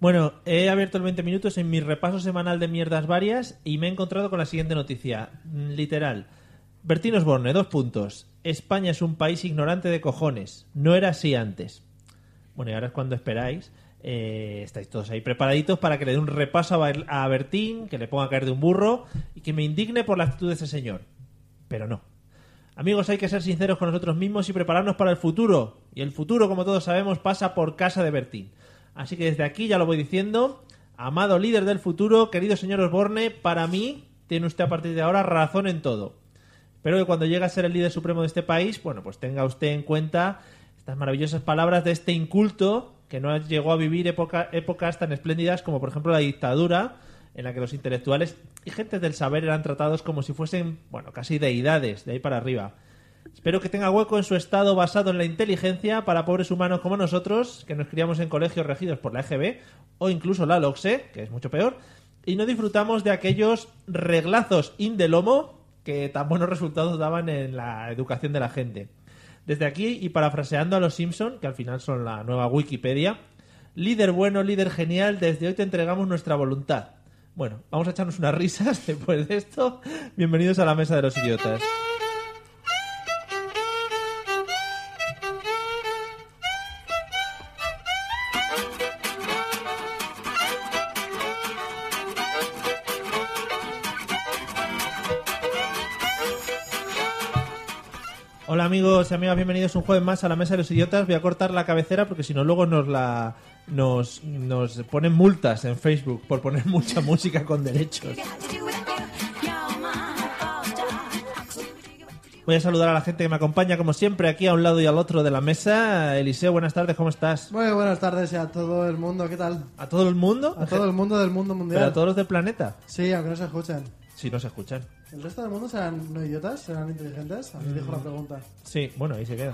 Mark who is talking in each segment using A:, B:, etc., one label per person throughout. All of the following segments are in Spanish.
A: Bueno, he abierto el 20 minutos en mi repaso semanal de mierdas varias y me he encontrado con la siguiente noticia. Mm, Literal. Bertín Osborne, dos puntos. España es un país ignorante de cojones. No era así antes. Bueno, y ahora es cuando esperáis. Eh, estáis todos ahí preparaditos para que le dé un repaso a Bail- a Bertín, que le ponga a caer de un burro y que me indigne por la actitud de ese señor. Pero no. Amigos, hay que ser sinceros con nosotros mismos y prepararnos para el futuro. Y el futuro, como todos sabemos, pasa por casa de Bertín. Así que desde aquí ya lo voy diciendo. Amado líder del futuro, querido señor Osborne, para mí tiene usted a partir de ahora razón en todo. Espero que cuando llegue a ser el líder supremo de este país, bueno, pues tenga usted en cuenta estas maravillosas palabras de este inculto que no llegó a vivir época- épocas tan espléndidas como por ejemplo la dictadura, en la que los intelectuales y gentes del saber eran tratados como si fuesen, bueno, casi deidades, de ahí para arriba. Espero que tenga hueco en su estado basado en la inteligencia para pobres humanos como nosotros, que nos criamos en colegios regidos por la EGB o incluso la LOCSE, que es mucho peor, y no disfrutamos de aquellos reglazos indelomo que tan buenos resultados daban en la educación de la gente. Desde aquí y parafraseando a los Simpson, que al final son la nueva Wikipedia, líder bueno, líder genial, desde hoy te entregamos nuestra voluntad. Bueno, vamos a echarnos unas risas después de esto. Bienvenidos a la mesa de los idiotas. Hola amigos y amigas, bienvenidos un jueves más a la Mesa de los Idiotas. Voy a cortar la cabecera porque si no luego nos la nos, nos ponen multas en Facebook por poner mucha música con derechos. Voy a saludar a la gente que me acompaña como siempre aquí a un lado y al otro de la mesa. Eliseo, buenas tardes, ¿cómo estás?
B: Muy buenas tardes a todo el mundo, ¿qué tal?
A: ¿A todo el mundo?
B: A todo el mundo del mundo
A: Pero
B: mundial.
A: a todos los del planeta.
B: Sí, aunque no se escuchen.
A: Si no se escuchan.
B: ¿El resto del mundo serán no idiotas? ¿Serán inteligentes? A mí dijo
A: Mm.
B: la pregunta.
A: Sí, bueno, ahí se queda.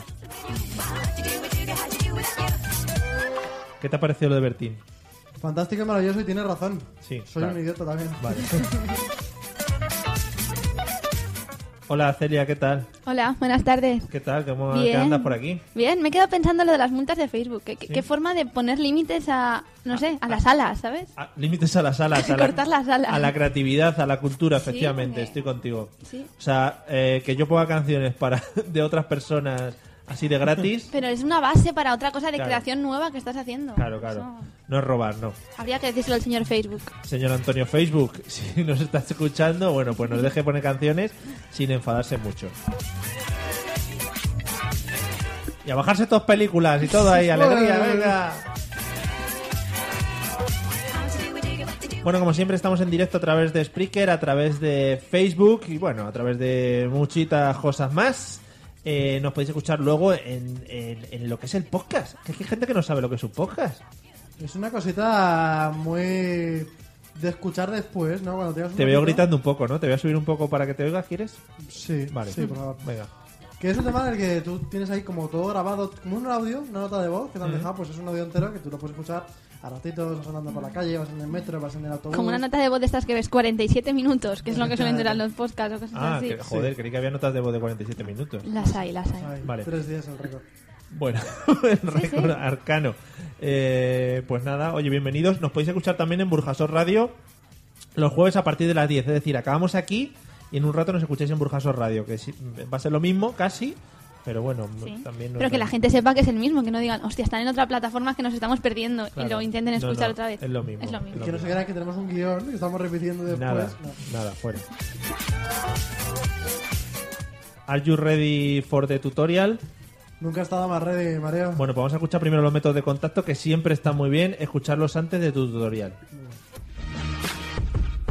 A: ¿Qué te ha parecido lo de Bertín?
B: Fantástico y maravilloso y tienes razón.
A: Sí,
B: Soy
A: claro.
B: un idiota también.
A: Vale. Hola Celia, ¿qué tal?
C: Hola, buenas tardes.
A: ¿Qué tal? ¿Cómo qué
C: Bien.
A: andas por aquí?
C: Bien, me he quedado pensando lo de las multas de Facebook. ¿Qué, qué- qué forma de poner límites a, no sé, a las alas, ¿sabes?
A: Ah, límites a las alas, a la,
C: Cortar las alas.
A: a la creatividad, a la cultura, efectivamente,
C: porque-
A: estoy contigo.
C: Sí.
A: O sea, eh, que yo ponga canciones para de otras personas así de gratis,
C: Pero es una base para otra cosa de
A: Claro.
C: creación nueva que estás haciendo.
A: claro, claro.
C: Eso
A: No es robar, no.
C: habría que decírselo al señor Facebook.
A: Señor Antonio Facebook, si nos estás escuchando, bueno, pues nos deje poner canciones sin enfadarse mucho. Y a bajarse todas películas y todo ahí, alegría, venga. Bueno, como siempre estamos en directo a través de Spreaker, a través de Facebook y bueno, a través de muchitas cosas más. Eh, nos podéis escuchar luego en, en- en lo que es el podcast. Que es que hay gente que no sabe lo que es un podcast.
B: Es una cosita muy de escuchar después, ¿no? Cuando tengas un
A: Te veo
B: ratito.
A: gritando un poco, ¿no? Te voy a subir un poco para que te oigas, ¿quieres?
B: Sí,
A: Vale.
B: sí, por favor.
A: Venga.
B: Que es un tema en el que tú tienes ahí como todo grabado, como un audio, una nota de voz que
A: Mm.
B: te han dejado, pues es un audio entero que tú lo puedes escuchar a ratitos, vas andando por la calle, vas en el metro, vas en el autobús.
C: Como una nota de voz de estas que ves 47 minutos, que es lo que suelen durar los podcasts o cosas
A: Ah,
C: así.
A: que- joder, creí que había notas de voz de 47 minutos.
C: Las hay, las hay.
B: Ay,
A: Vale.
B: Tres días el récord.
A: Bueno, el récord arcano. Eh, pues nada, oye, bienvenidos. Nos podéis escuchar también en Burjasot Radio los jueves a partir de las 10. Es decir, acabamos aquí y en un rato nos escucháis en Burjasot Radio, que sí, va a ser lo mismo casi, pero bueno,
C: Sí.
A: pues también... no-
C: Pero que la gente sepa que es el mismo, que no digan, hostia, están en otra plataforma que nos estamos perdiendo
A: Claro.
C: y lo intenten
A: No,
C: escuchar
A: no,
C: otra vez.
A: es lo mismo,
C: Es lo
A: es
C: mismo.
B: Y que no se crean que tenemos un guión que estamos repitiendo después.
A: Nada,
B: No.
C: pues,
A: nada, fuera. Are you ready for the tutorial?
B: Nunca he estado más ready, Mareo.
A: Bueno, pues vamos a escuchar primero los métodos de contacto, que siempre están muy bien escucharlos antes de tu tutorial.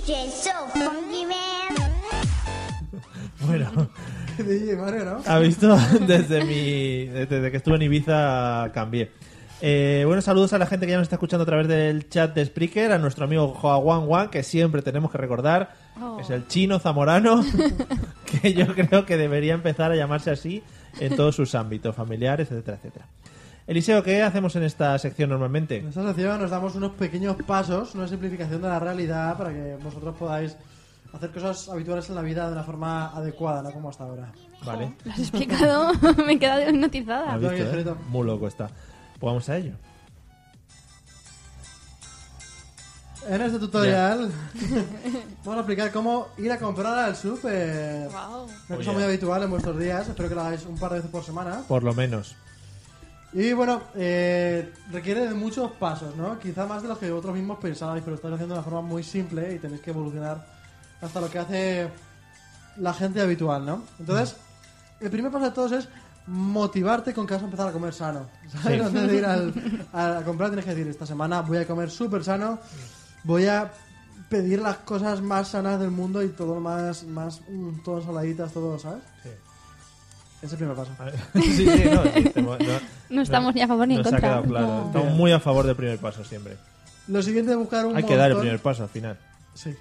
B: DJ Mario, ¿no?
A: ¿Ha visto? Desde, mi, desde que estuve en Ibiza cambié. Eh, bueno, saludos a la gente que ya nos está escuchando a través del chat de Spreaker, a nuestro amigo Joa Wan Wan, que siempre tenemos que recordar,
C: Oh.
A: que es el chino zamorano, que yo creo que debería empezar a llamarse así en todos sus ámbitos, familiares, etcétera, etcétera. Eliseo, ¿qué hacemos en esta sección normalmente?
B: En esta sección nos damos unos pequeños pasos, una simplificación de la realidad para que vosotros podáis hacer cosas habituales en la vida de una forma adecuada, no como hasta ahora.
A: Vale,
C: Lo has explicado, me he quedado hipnotizada.
A: ¿Has visto,
B: Lo había
A: eh?
B: escrito.
A: Muy loco está. Pues vamos a ello.
B: En este tutorial vamos a explicar cómo ir a comprar al super.
C: Wow.
B: Una
A: Oye.
B: cosa muy habitual en vuestros días, espero que lo hagáis un par de veces por semana.
A: Por lo menos.
B: Y bueno, eh, requiere de muchos pasos, ¿no? Quizá más de los que vosotros mismos pensabais, pero lo estáis haciendo de una forma muy simple y tenéis que evolucionar hasta lo que hace la gente habitual, ¿no? Entonces, el primer paso de todos es motivarte con que vas a empezar a comer sano. ¿Sabes?
A: Sí.
B: Antes de ir al- a comprar tienes que decir, esta semana voy a comer súper sano, voy a pedir las cosas más sanas del mundo y todo más, más, mm, todo ensaladitas, todo, ¿sabes?
A: Sí.
B: Ese es el primer paso.
A: A ver. sí, sí, no, sí, estamos- no,
C: No estamos ni a favor ni en
A: nos ha
C: contra.
A: quedado claro.
C: No.
A: Estamos muy a favor del primer paso siempre.
B: Lo siguiente es buscar un
A: Hay que dar el
B: montón-
A: primer paso al final.
B: Sí.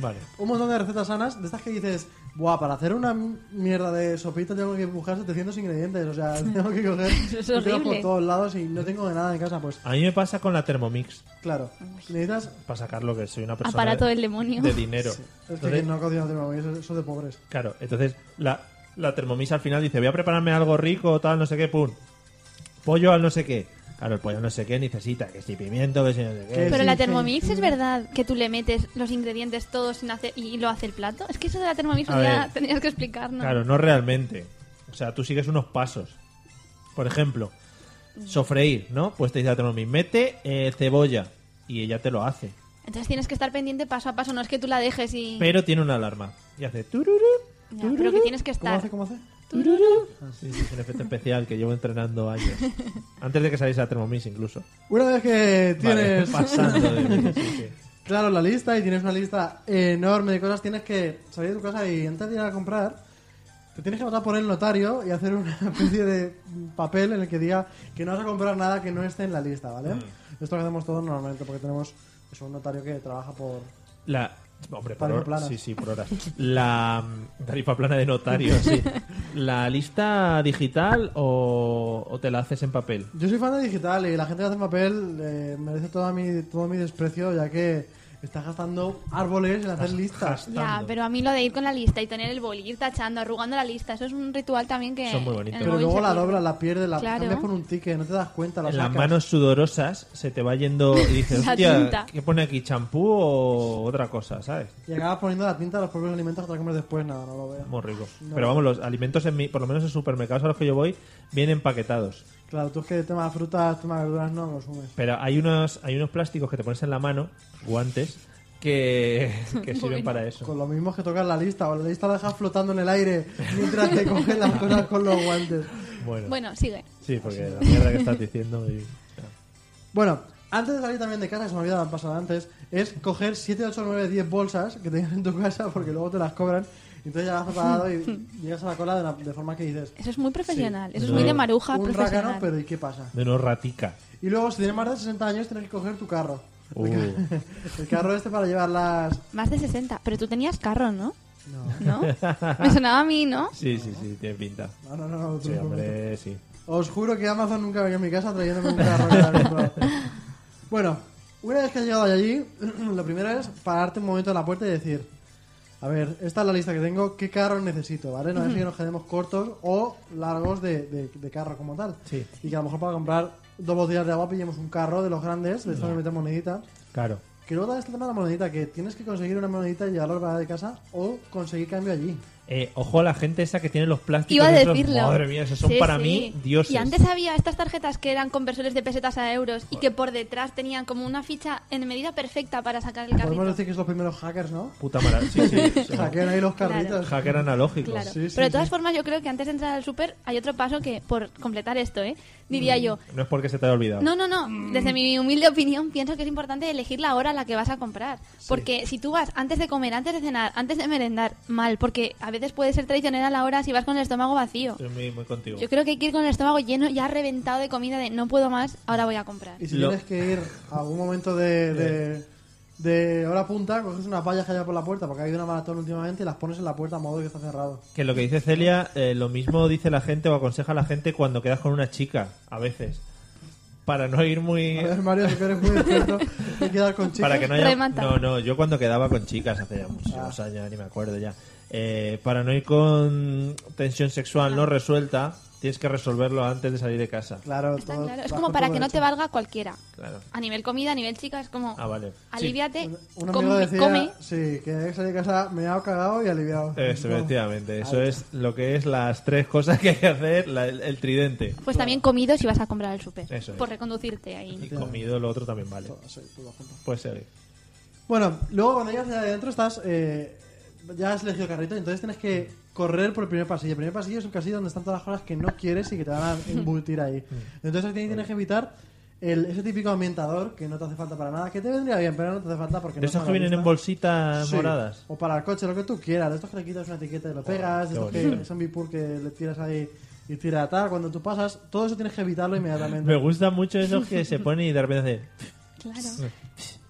A: Vale.
B: un montón de recetas sanas, de estas que dices, buah, para hacer una mierda de sopita tengo que buscar 700 ingredientes, o sea, tengo que coger
C: es
B: tengo por
C: horrible.
B: todos lados y no tengo de nada en casa, pues
A: A mí me pasa con la Thermomix.
B: claro, necesitas...
A: Para sacar lo que soy una persona
C: Aparato
A: de,
C: del demonio.
A: de dinero.
B: Es que
A: Entonces,
B: quien no cocina Thermomix, eso eso es de pobres.
A: Claro, entonces la, la Thermomix al final dice, voy a prepararme algo rico, tal, no sé qué, pum. Pollo al no sé qué. Claro, el pollo al no sé qué necesita, que si pimiento, que si no sé qué.
B: ¿Qué?
C: Pero
B: Sí,
C: la
B: sí,
C: Thermomix
B: sí.
C: es verdad que tú le metes los ingredientes todos sin hacer y, y lo hace el plato. Es que eso de la Thermomix
A: A
C: un día
A: ver.
C: tendrías que explicarnos.
A: Claro, no realmente. O sea, tú sigues unos pasos. Por ejemplo,
C: Mm.
A: sofreír, ¿no? Pues te dice la Thermomix, mete eh, cebolla. Y ella te lo hace.
C: Entonces tienes que estar pendiente paso a paso. No es que tú la dejes y.
A: Pero tiene una alarma. Y hace tururú.
C: Ya,
A: tururú,
C: pero que tienes que
B: ¿Cómo
C: estar.
B: hace? ¿Cómo hace?
A: tururú. Ah, sí, sí, es un efecto especial que llevo entrenando años. Antes de que saliese la Thermomix incluso.
B: Una vez que
A: Vale,
B: tienes...
A: pasando de- sí, sí.
B: Claro, la lista y tienes una lista enorme de cosas. Tienes que salir de tu casa y antes de ir a comprar, te tienes que pasar por el notario y hacer una especie de papel en el que diga que no vas a comprar nada que no esté en la lista, ¿vale?
A: Mm.
B: Esto lo hacemos todos normalmente porque tenemos pues, un notario que trabaja por.
A: La... Hombre, por
B: Tarifa
A: hor-
B: plana.
A: Sí, sí, por horas. La mm, tarifa plana de notario, sí. ¿La lista digital o, o te la haces en papel?
B: Yo soy fan de digital y la gente que hace en papel eh, merece todo mi, todo mi desprecio ya que está gastando árboles en hacer listas.
C: Ya, pero a mí lo de ir con la lista y tener el boli, ir tachando, arrugando la lista, eso es un ritual también que.
A: Son muy bonitos.
C: en el
B: Pero
C: móvil
B: luego
C: se
B: la
C: pierde.
B: doblas, la pierdes, la
C: Claro.
B: cambias por un ticket, no te das cuenta. La
A: en las
B: sacas.
A: manos sudorosas se te va yendo y dices,
C: La
A: hostia,
C: tinta".
A: ¿qué pone aquí? ¿Champú o otra cosa, sabes?
B: Y acabas poniendo la tinta a los propios alimentos que te la comes después, nada, no lo veo.
A: Muy rico. Pero vamos, los alimentos, en mi, por lo menos en supermercados a los que yo voy, vienen empaquetados.
B: Claro, tú es que el tema de frutas, tema de verduras no consumes.
A: Pero hay unos, hay unos plásticos que te pones en la mano, guantes, que, que sirven para eso.
B: Con lo mismo que tocas la lista, o la lista la dejas flotando en el aire mientras te coges las cosas con los guantes.
A: Bueno,
C: Bueno, sigue.
A: sí, porque la mierda que estás diciendo. y-
B: Bueno, antes de salir también de casa, que se me olvidaba pasar antes, es coger 7, 8, 9, 10 bolsas que tengas en tu casa porque luego te las cobran. y Entonces ya vas preparado y llegas a la cola de, la- de forma que dices,
C: Eso es muy profesional.
A: Sí.
C: Eso es
A: No.
C: muy de maruja
B: un
C: profesional.
B: rácano, pero ¿y qué pasa?
A: De no ratica.
B: Y luego, si tienes más de 60 años, tienes que coger tu carro.
A: Uh.
B: El carro este para llevar las...
C: Más de 60. Pero tú tenías carro, ¿no?
B: No,
C: ¿No? Me sonaba a mí, ¿no?
A: Sí, sí, sí, tiene pinta.
B: no, no, no, no tú
A: Sí,
B: no comes.
A: hombre, sí.
B: Os juro que Amazon nunca venía a mi casa trayéndome un carro. que había comprado. bueno, una vez que has llegado allí, lo primero es pararte un momento en la puerta y decir, a ver, esta es la lista que tengo, ¿qué carros necesito? ¿Vale? No es que nos quedemos cortos o largos de, de, de carro como tal.
A: Sí.
B: Y que a lo mejor para comprar dos botellas de agua pillemos un carro de los grandes, de estos que meten monedita.
A: Claro.
B: Que luego da este tema de la monedita, que tienes que conseguir una monedita y llevarla para de casa o conseguir cambio allí.
A: Eh, ojo a la gente esa que tiene los plásticos.
C: Iba a
A: esos.
C: decirlo.
A: Madre mía, esos son
C: Sí,
A: para
C: sí.
A: mí dioses.
C: Y antes había estas tarjetas que eran conversores de pesetas a euros y que por detrás tenían como una ficha en medida perfecta para sacar el
B: Podemos
C: carrito.
B: decir que son los primeros hackers, ¿no?
A: Puta maravilla. Sí, sí, son
B: Hackean ahí los
C: Claro.
B: carritos.
A: hacker analógico.
C: Claro.
B: Sí, sí,
C: Pero de todas
B: sí.
C: formas, yo creo que antes de entrar al súper hay otro paso que, por completar esto, ¿eh?
B: Mm.
C: diría yo.
A: No es porque se te haya olvidado.
C: No, no, no. Desde mi humilde opinión, pienso que es importante elegir la hora a la que vas a comprar. Porque si tú vas antes de comer, antes de cenar, antes de merendar, mal. Porque a veces puede ser traicionera la hora si vas con el estómago vacío.
A: Estoy muy, muy contigo.
C: Yo creo que hay que ir con el estómago lleno, ya reventado de comida, de no puedo más, ahora voy a comprar.
B: Y si
A: Lo-
B: tienes que ir a algún momento de, de, de hora punta, coges unas vallas que haya por la puerta, porque ha habido una maratón últimamente, y las pones en la puerta a modo de que está cerrado.
A: Que lo que dice Celia, eh, lo mismo dice la gente o aconseja la gente cuando quedas con una chica, a veces. Para no ir muy...
B: A ver, Mario, si eres muy despierto, hay que quedar con chicas.
A: Para que no haya...
C: Remata.
A: No, no, yo cuando quedaba con chicas hace ya muchísimos
B: Ah.
A: años, ni me acuerdo ya. Eh, para no ir con tensión sexual no resuelta, tienes que resolverlo antes de salir de casa.
B: Claro,
C: Está
B: todo-
C: claro. Es
B: vas
C: como
B: con
C: para
B: todo
C: que no
B: derecho.
C: te valga cualquiera.
A: Claro.
C: A nivel comida, a nivel chica, es como...
A: Ah, vale. Sí.
C: Aliviate,
B: Un amigo
C: come,
B: decía,
C: come.
B: sí, que hay que salir de casa meado, cagado y aliviado.
A: Eso,
B: No.
A: efectivamente, eso es lo que es las tres cosas que hay que hacer, la- el, el tridente.
C: Pues también comido si vas a comprar el súper.
A: Eso es.
C: Por reconducirte
A: Y
C: ahí.
A: comido lo otro también vale.
B: Todo, sí, todo junto.
A: Pues seguir.
B: Bueno, luego cuando llegas allá adentro estás... eh, ya has elegido carrito, entonces tienes que correr por el primer pasillo. El primer pasillo es un pasillo donde están todas las cosas que no quieres y que te van a embutir ahí.
A: Mm.
B: Entonces ahí tienes que evitar el, ese típico ambientador que no te hace falta para nada, que te vendría bien, pero no te hace falta porque
A: De
B: no
A: esos
B: está
A: que
B: a la
A: vienen en
B: vista.
A: bolsitas
B: Sí,
A: moradas.
B: O para el coche, lo que tú quieras. De estos que le quitas una etiqueta y lo pegas. de
A: qué
B: estos que
A: bonito.
B: son bipur que le tiras ahí y tira a tal. Cuando tú pasas, todo eso tienes que evitarlo inmediatamente.
A: Me gusta mucho esos que se ponen y de repente hacen...
C: Claro.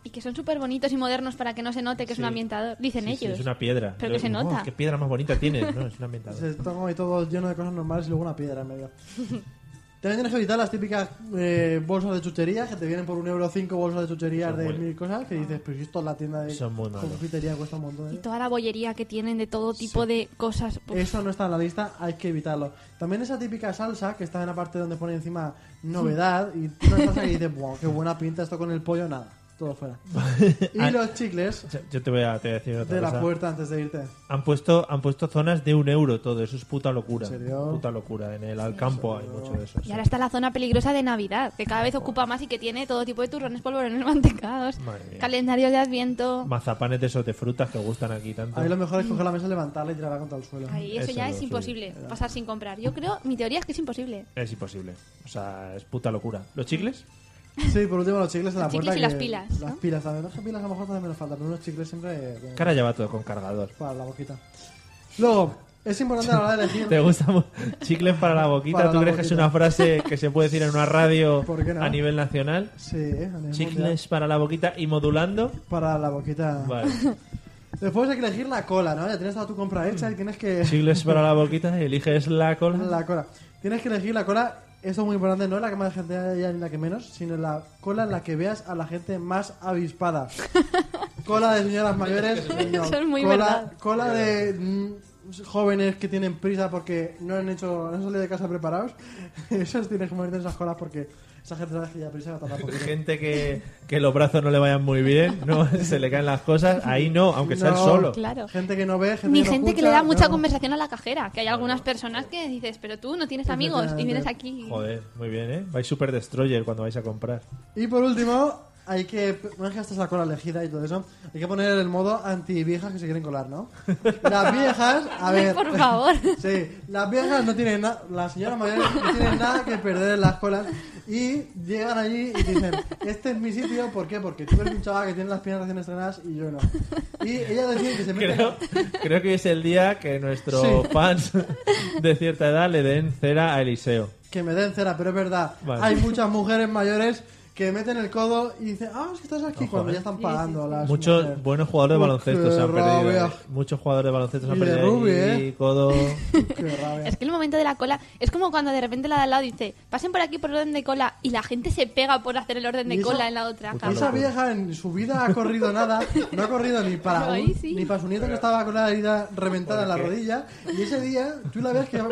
C: Y que son súper bonitos y modernos para que no se note que es un ambientador. Dicen
A: Sí, sí,
C: ellos.
A: es una piedra.
C: Pero que se
A: Oh,
C: nota.
A: qué piedra más bonita tienes, ¿no? Es un ambientador.
B: Se toma ahí todo lleno de cosas normales y luego una piedra en medio. También tienes que evitar las típicas eh, bolsas de chuchería que te vienen por un euro cinco bolsas de chucherías
A: Son
B: de
A: muy- Ah.
B: mil cosas que dices, pero si esto es la tienda de
A: Son muy malos.
B: confitería cuesta un montón.
C: Y
B: ¿eh?
C: toda la bollería que tienen de todo tipo de cosas. Uf,
B: Eso no está en la lista, hay que evitarlo. También esa típica salsa que está en la parte donde pone encima novedad y tú no estás ahí y dices, wow, qué buena pinta esto con el pollo, nada, todo fuera.
A: Ah.
B: Y los chicles
A: Yo- Yo te voy a, te voy a decir otra
B: de la
A: cosa.
B: puerta antes de irte.
A: Han puesto, han puesto zonas de un euro todo, eso es puta locura.
B: ¿En serio?
A: Puta locura. En el Alcampo hay mucho de eso.
C: Y
A: sí.
C: ahora está la zona peligrosa de Navidad, que cada vez ocupa más y que tiene todo tipo de turrones, polvorones, mantecados,
A: Madre mía.
C: calendarios de adviento.
A: Mazapanes de esos de frutas que gustan aquí tanto.
B: Ahí lo mejor es coger la mesa, levantarla y tirarla contra el suelo.
C: Ay, eso,
A: Eso
C: ya
A: no,
C: es
A: sí.
C: imposible, pasar sin comprar. Yo creo, mi teoría es que es imposible.
A: Es imposible. O sea, es puta locura. ¿Los chicles?
B: Sí, por último los chicles en la
C: Los
B: puerta.
C: chicles y
B: que-
C: las pilas,
B: Las
C: ¿no?
B: pilas también. Las pilas a lo mejor también nos faltan, pero unos chicles siempre eh,
A: Cara ya va todo con cargador.
B: para la boquita. Luego, es importante a la hora de elegir.
A: ¿Te gusta mu- chicles para la boquita?
B: Para
A: ¿Tú
B: la
A: crees que es
B: boquita.
A: una frase que se puede decir en una radio
B: ¿Por qué no?
A: a nivel nacional?
B: Sí, eh, a nivel mundial.
A: Chicles para la boquita y modulando.
B: Para la boquita.
A: Vale.
B: Después hay que elegir la cola, ¿no? Ya tienes toda tu compra hecha y tienes que.
A: Chicles para la boquita y eliges la cola.
B: La cola. Tienes que elegir la cola. Esto es muy importante, no la que más gente haya ni la que menos, sino la cola en la que veas a la gente más avispada. cola de señoras mayores, niños.
C: Eso es muy
B: cola,
C: verdad.
B: cola de mm, jóvenes que tienen prisa porque no han hecho, no han salido de casa preparados. Esas tienes que moverte en esas colas porque esa gente sabes que ya prisa va a tardar poquito.
A: Gente que, que los brazos no le vayan muy bien, no se le caen las cosas, ahí no, aunque sea el
B: No.
A: solo.
C: Claro.
B: Gente que no ve, gente
C: Ni
B: que no
C: gente que
B: escucha,
C: le da mucha
B: no.
C: conversación a la cajera, que hay algunas personas que dices, pero tú no
A: Pues
C: tienes amigos y vienes aquí.
A: Joder, muy bien, ¿eh? Vais super destroyer cuando vais a comprar.
B: Y por último, hay que. Una vez que estás la cola elegida y todo eso, hay que poner el modo anti-viejas que se quieren colar, ¿no? Las viejas, a
C: Ay,
B: ver.
C: por favor.
B: Sí, las viejas no tienen nada. Las señoras mayores no tienen nada que perder en las colas. Y llegan allí y dicen: Este es mi sitio, ¿por qué? Porque tú eres un chaval que tiene las piernas recién estrenadas y yo no. Y ella decide que se mete.
A: Creo, creo que hoy es el día que nuestros
B: Sí.
A: fans de cierta edad le den cera a Eliseo.
B: Que me den cera, pero es verdad.
A: Vale.
B: Hay muchas mujeres mayores que meten el codo y dicen, ah, es que estás aquí
A: Ojo,
B: cuando
A: eh.
B: ya están pagando las
A: Muchos
B: mujeres.
A: buenos jugadores de
B: Uf,
A: baloncesto se
B: qué
A: han perdido.
B: rabia.
A: eh. Muchos jugadores de baloncesto se han
B: Y de
A: perdido.
B: rugby,
A: ahí,
B: eh.
A: codo.
B: Qué rabia.
C: Es que el momento de la cola es como cuando de repente la de al lado dice, pasen por aquí por orden de cola y la gente se pega por hacer el orden
B: ¿Y
C: de
B: eso?
C: cola en la otra
A: Puta
B: Y
C: caja.
B: esa
A: locura.
B: vieja en su vida ha corrido nada, no ha corrido ni para
C: Pero ahí
B: un-
C: sí.
B: ni para su nieto que estaba con la herida reventada en la rodilla. Y ese día tú la ves que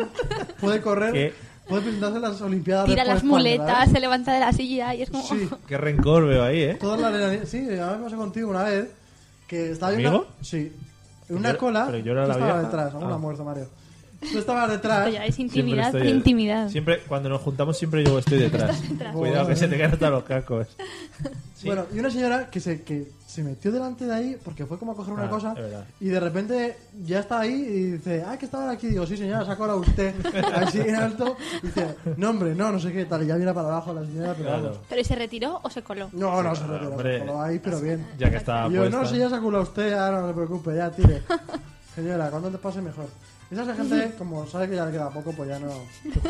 B: puede correr,
A: ¿Qué?
B: puede presentarse en las Olimpiadas.
C: Tira
B: de por
C: las
B: España, ¿la
C: muletas,
B: ves?
C: se levanta de la silla y es como...
B: Sí,
A: Qué rencor veo ahí, ¿eh?
B: toda la adrenalina- Sí, a mí me pasó contigo una vez que estaba yo en
A: ¿Conmigo?
B: una- Sí, en una
A: Pero-
B: cola.
A: pero yo era
B: tú
A: la
B: estabas
A: vieja.
B: detrás, aún
A: Ah.
B: ha muerto Mario. Tú estabas detrás.
C: Esto "Oh, ya es
A: Siempre
C: intimidad,
A: estoy-
C: por intimidad.
A: Siempre, cuando nos juntamos siempre yo estoy detrás. Cuidado que se te quedan hasta los cacos. Sí.
B: Bueno, y una señora que se, que se metió delante de ahí porque fue como a coger una
A: Ah,
B: cosa
A: es verdad.
B: y de repente ya está ahí y dice, ah, que estaba aquí. Digo, sí señora, saco ahora usted. Así en alto. Y dice, no hombre, no, no sé qué tal. Y ya viene para abajo la señora, pero
A: Claro.
B: vamos.
C: ¿Pero y se retiró o se coló?
B: No, no, se retiró, se
A: hombre.
B: coló ahí, pero bien.
A: Ya que estaba
B: Y yo, no,
A: puesta.
B: si ya sacó a usted, ah, no se preocupe, ya tire. Señora, cuando te pase mejor. Esa esa gente, como sabe que ya le queda poco, pues ya no.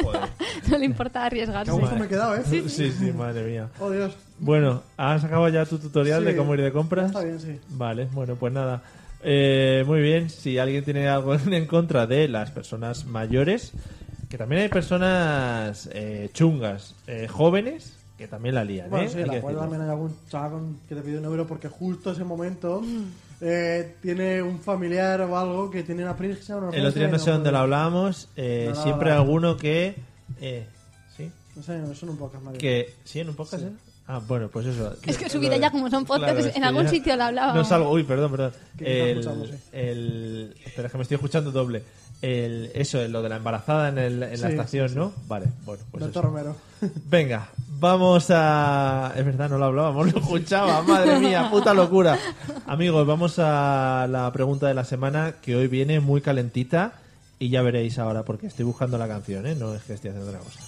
A: Joder.
C: No le importa
B: Que
C: arriesgarse.
B: aún me he quedado, ¿eh?
A: Sí, sí, madre mía.
B: Oh, Dios.
A: Bueno, ¿has acabado ya tu tutorial
B: Sí.
A: de cómo ir de compras?
B: Está bien, sí.
A: Vale, bueno, pues nada. Eh, muy bien, si alguien tiene algo en contra de las personas mayores, que también hay personas eh, chungas, eh, jóvenes, que también la lían,
B: Bueno,
A: ¿eh?
B: sí,
A: Hay
B: la
A: que
B: cual
A: decirlo.
B: también hay algún chaval que te pide un euro porque justo ese momento eh, tiene un familiar o algo que tiene una prisa o una
A: El otro día
B: urgencia
A: no
B: y
A: sé dónde
B: puede.
A: lo hablamos,
C: pues,
A: eh,
B: No, no,
A: siempre
B: no.
A: alguno que... eh, ¿Sí?
B: No sé, no son un poco más
A: Que, ¿Sí? ¿En un podcast? eh? Ah, bueno, pues eso.
C: Es que su vida ya como son podcasts,
A: es
C: en
A: que
C: algún
A: ya-
C: sitio la hablábamos.
A: No salgo, uy, perdón, perdón.
B: Que quizás escuchamos,
A: El,
B: sí.
A: el- espera, es que me estoy escuchando doble. El, eso, lo de la embarazada en, el- en
B: Sí,
A: la
B: sí,
A: estación, ¿no? Vale, bueno, pues
B: Doctor
A: eso.
B: Romero.
A: Venga, vamos a... Es verdad, no lo hablábamos, lo escuchaba. Madre mía, puta locura. Amigos, vamos a la pregunta de la semana que hoy viene muy calentita y ya veréis ahora porque estoy buscando la canción, ¿eh? No es que esté haciendo otra cosa.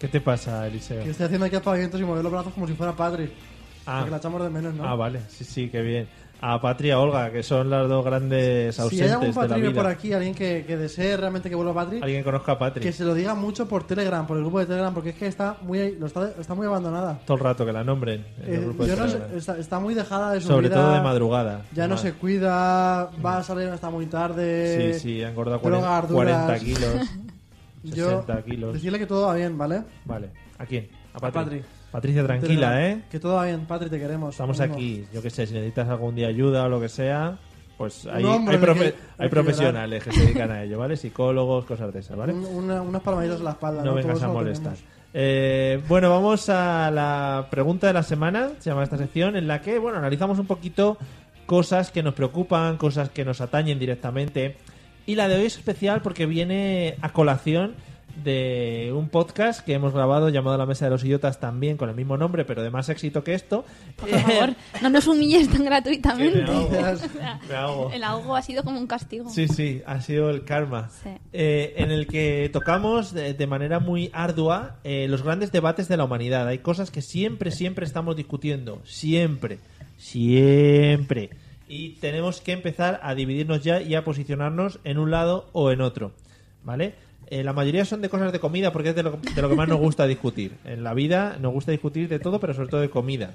A: ¿Qué te pasa, Eliseo?
B: Que estoy haciendo aquí apagamientos y mover los brazos como si fuera Patrick.
A: Ah.
B: Porque la echamos de menos, ¿no?
A: Ah, vale, sí, sí, qué bien. A Patria Olga, que son las dos grandes
B: si hay
A: ausentes
B: algún
A: de la
B: Patrick
A: vida.
B: por aquí, alguien que, que desee realmente que vuelva Patrick,
A: Alguien conozca a Patria.
B: que se lo diga mucho por Telegram, por el grupo de Telegram, porque es que está muy, ahí- lo está, está muy abandonada.
A: Todo el rato que la nombren en el
B: Eh,
A: grupo de
B: yo no
A: Telegram.
B: sé, está, está muy dejada de su
A: Sobre
B: vida.
A: todo de madrugada.
B: Ya no
A: Ah,
B: se cuida, va a salir hasta muy tarde.
A: Sí, sí, ha engordado
B: droga,
A: 40, 40
B: Eh, arduras.
A: kilos. 60
B: Yo,
A: kilos.
B: Decirle que todo va bien, ¿vale?
A: Vale. ¿A quién? A
B: Patri.
A: Patricia, tranquila, ¿eh?
B: Que todo va bien, Patri, te queremos.
A: Estamos
B: Ánimo.
A: aquí. Yo qué sé, si necesitas algún día ayuda o lo que sea, pues hay,
B: hombre
A: hay, profe-
B: de que-
A: hay
B: de que
A: profesionales que se dedican a ello, ¿vale? Psicólogos, cosas de esas, ¿vale?
B: Un- una- unas palmaditas en la espalda.
A: No vengas
B: Todos
A: a
B: lo
A: molestar.
B: tenemos.
A: Eh, bueno, vamos a la pregunta de la semana, se llama esta sección, en la que, bueno, analizamos un poquito cosas que nos preocupan, cosas que nos atañen directamente. Y la de hoy es especial porque viene a colación de un podcast que hemos grabado llamado La Mesa de los Idiotas también con el mismo nombre, pero de más éxito que esto.
C: Por favor, no nos humilles tan
A: Que
C: gratuitamente.
A: me ahogo,
B: Gracias.
A: me ahogo.
C: El ahogo ha sido como un castigo.
A: Sí, sí, ha sido el karma.
C: Sí.
A: Eh, en el que tocamos de, de manera muy ardua eh, los grandes debates de la humanidad. Hay cosas que siempre, siempre estamos discutiendo. Siempre. Siempre. Y tenemos que empezar a dividirnos ya y a posicionarnos en un lado o en otro. ¿Vale? Eh, la mayoría son de cosas de comida porque es de lo- de lo que más nos gusta discutir. En la vida nos gusta discutir de todo, pero sobre todo de comida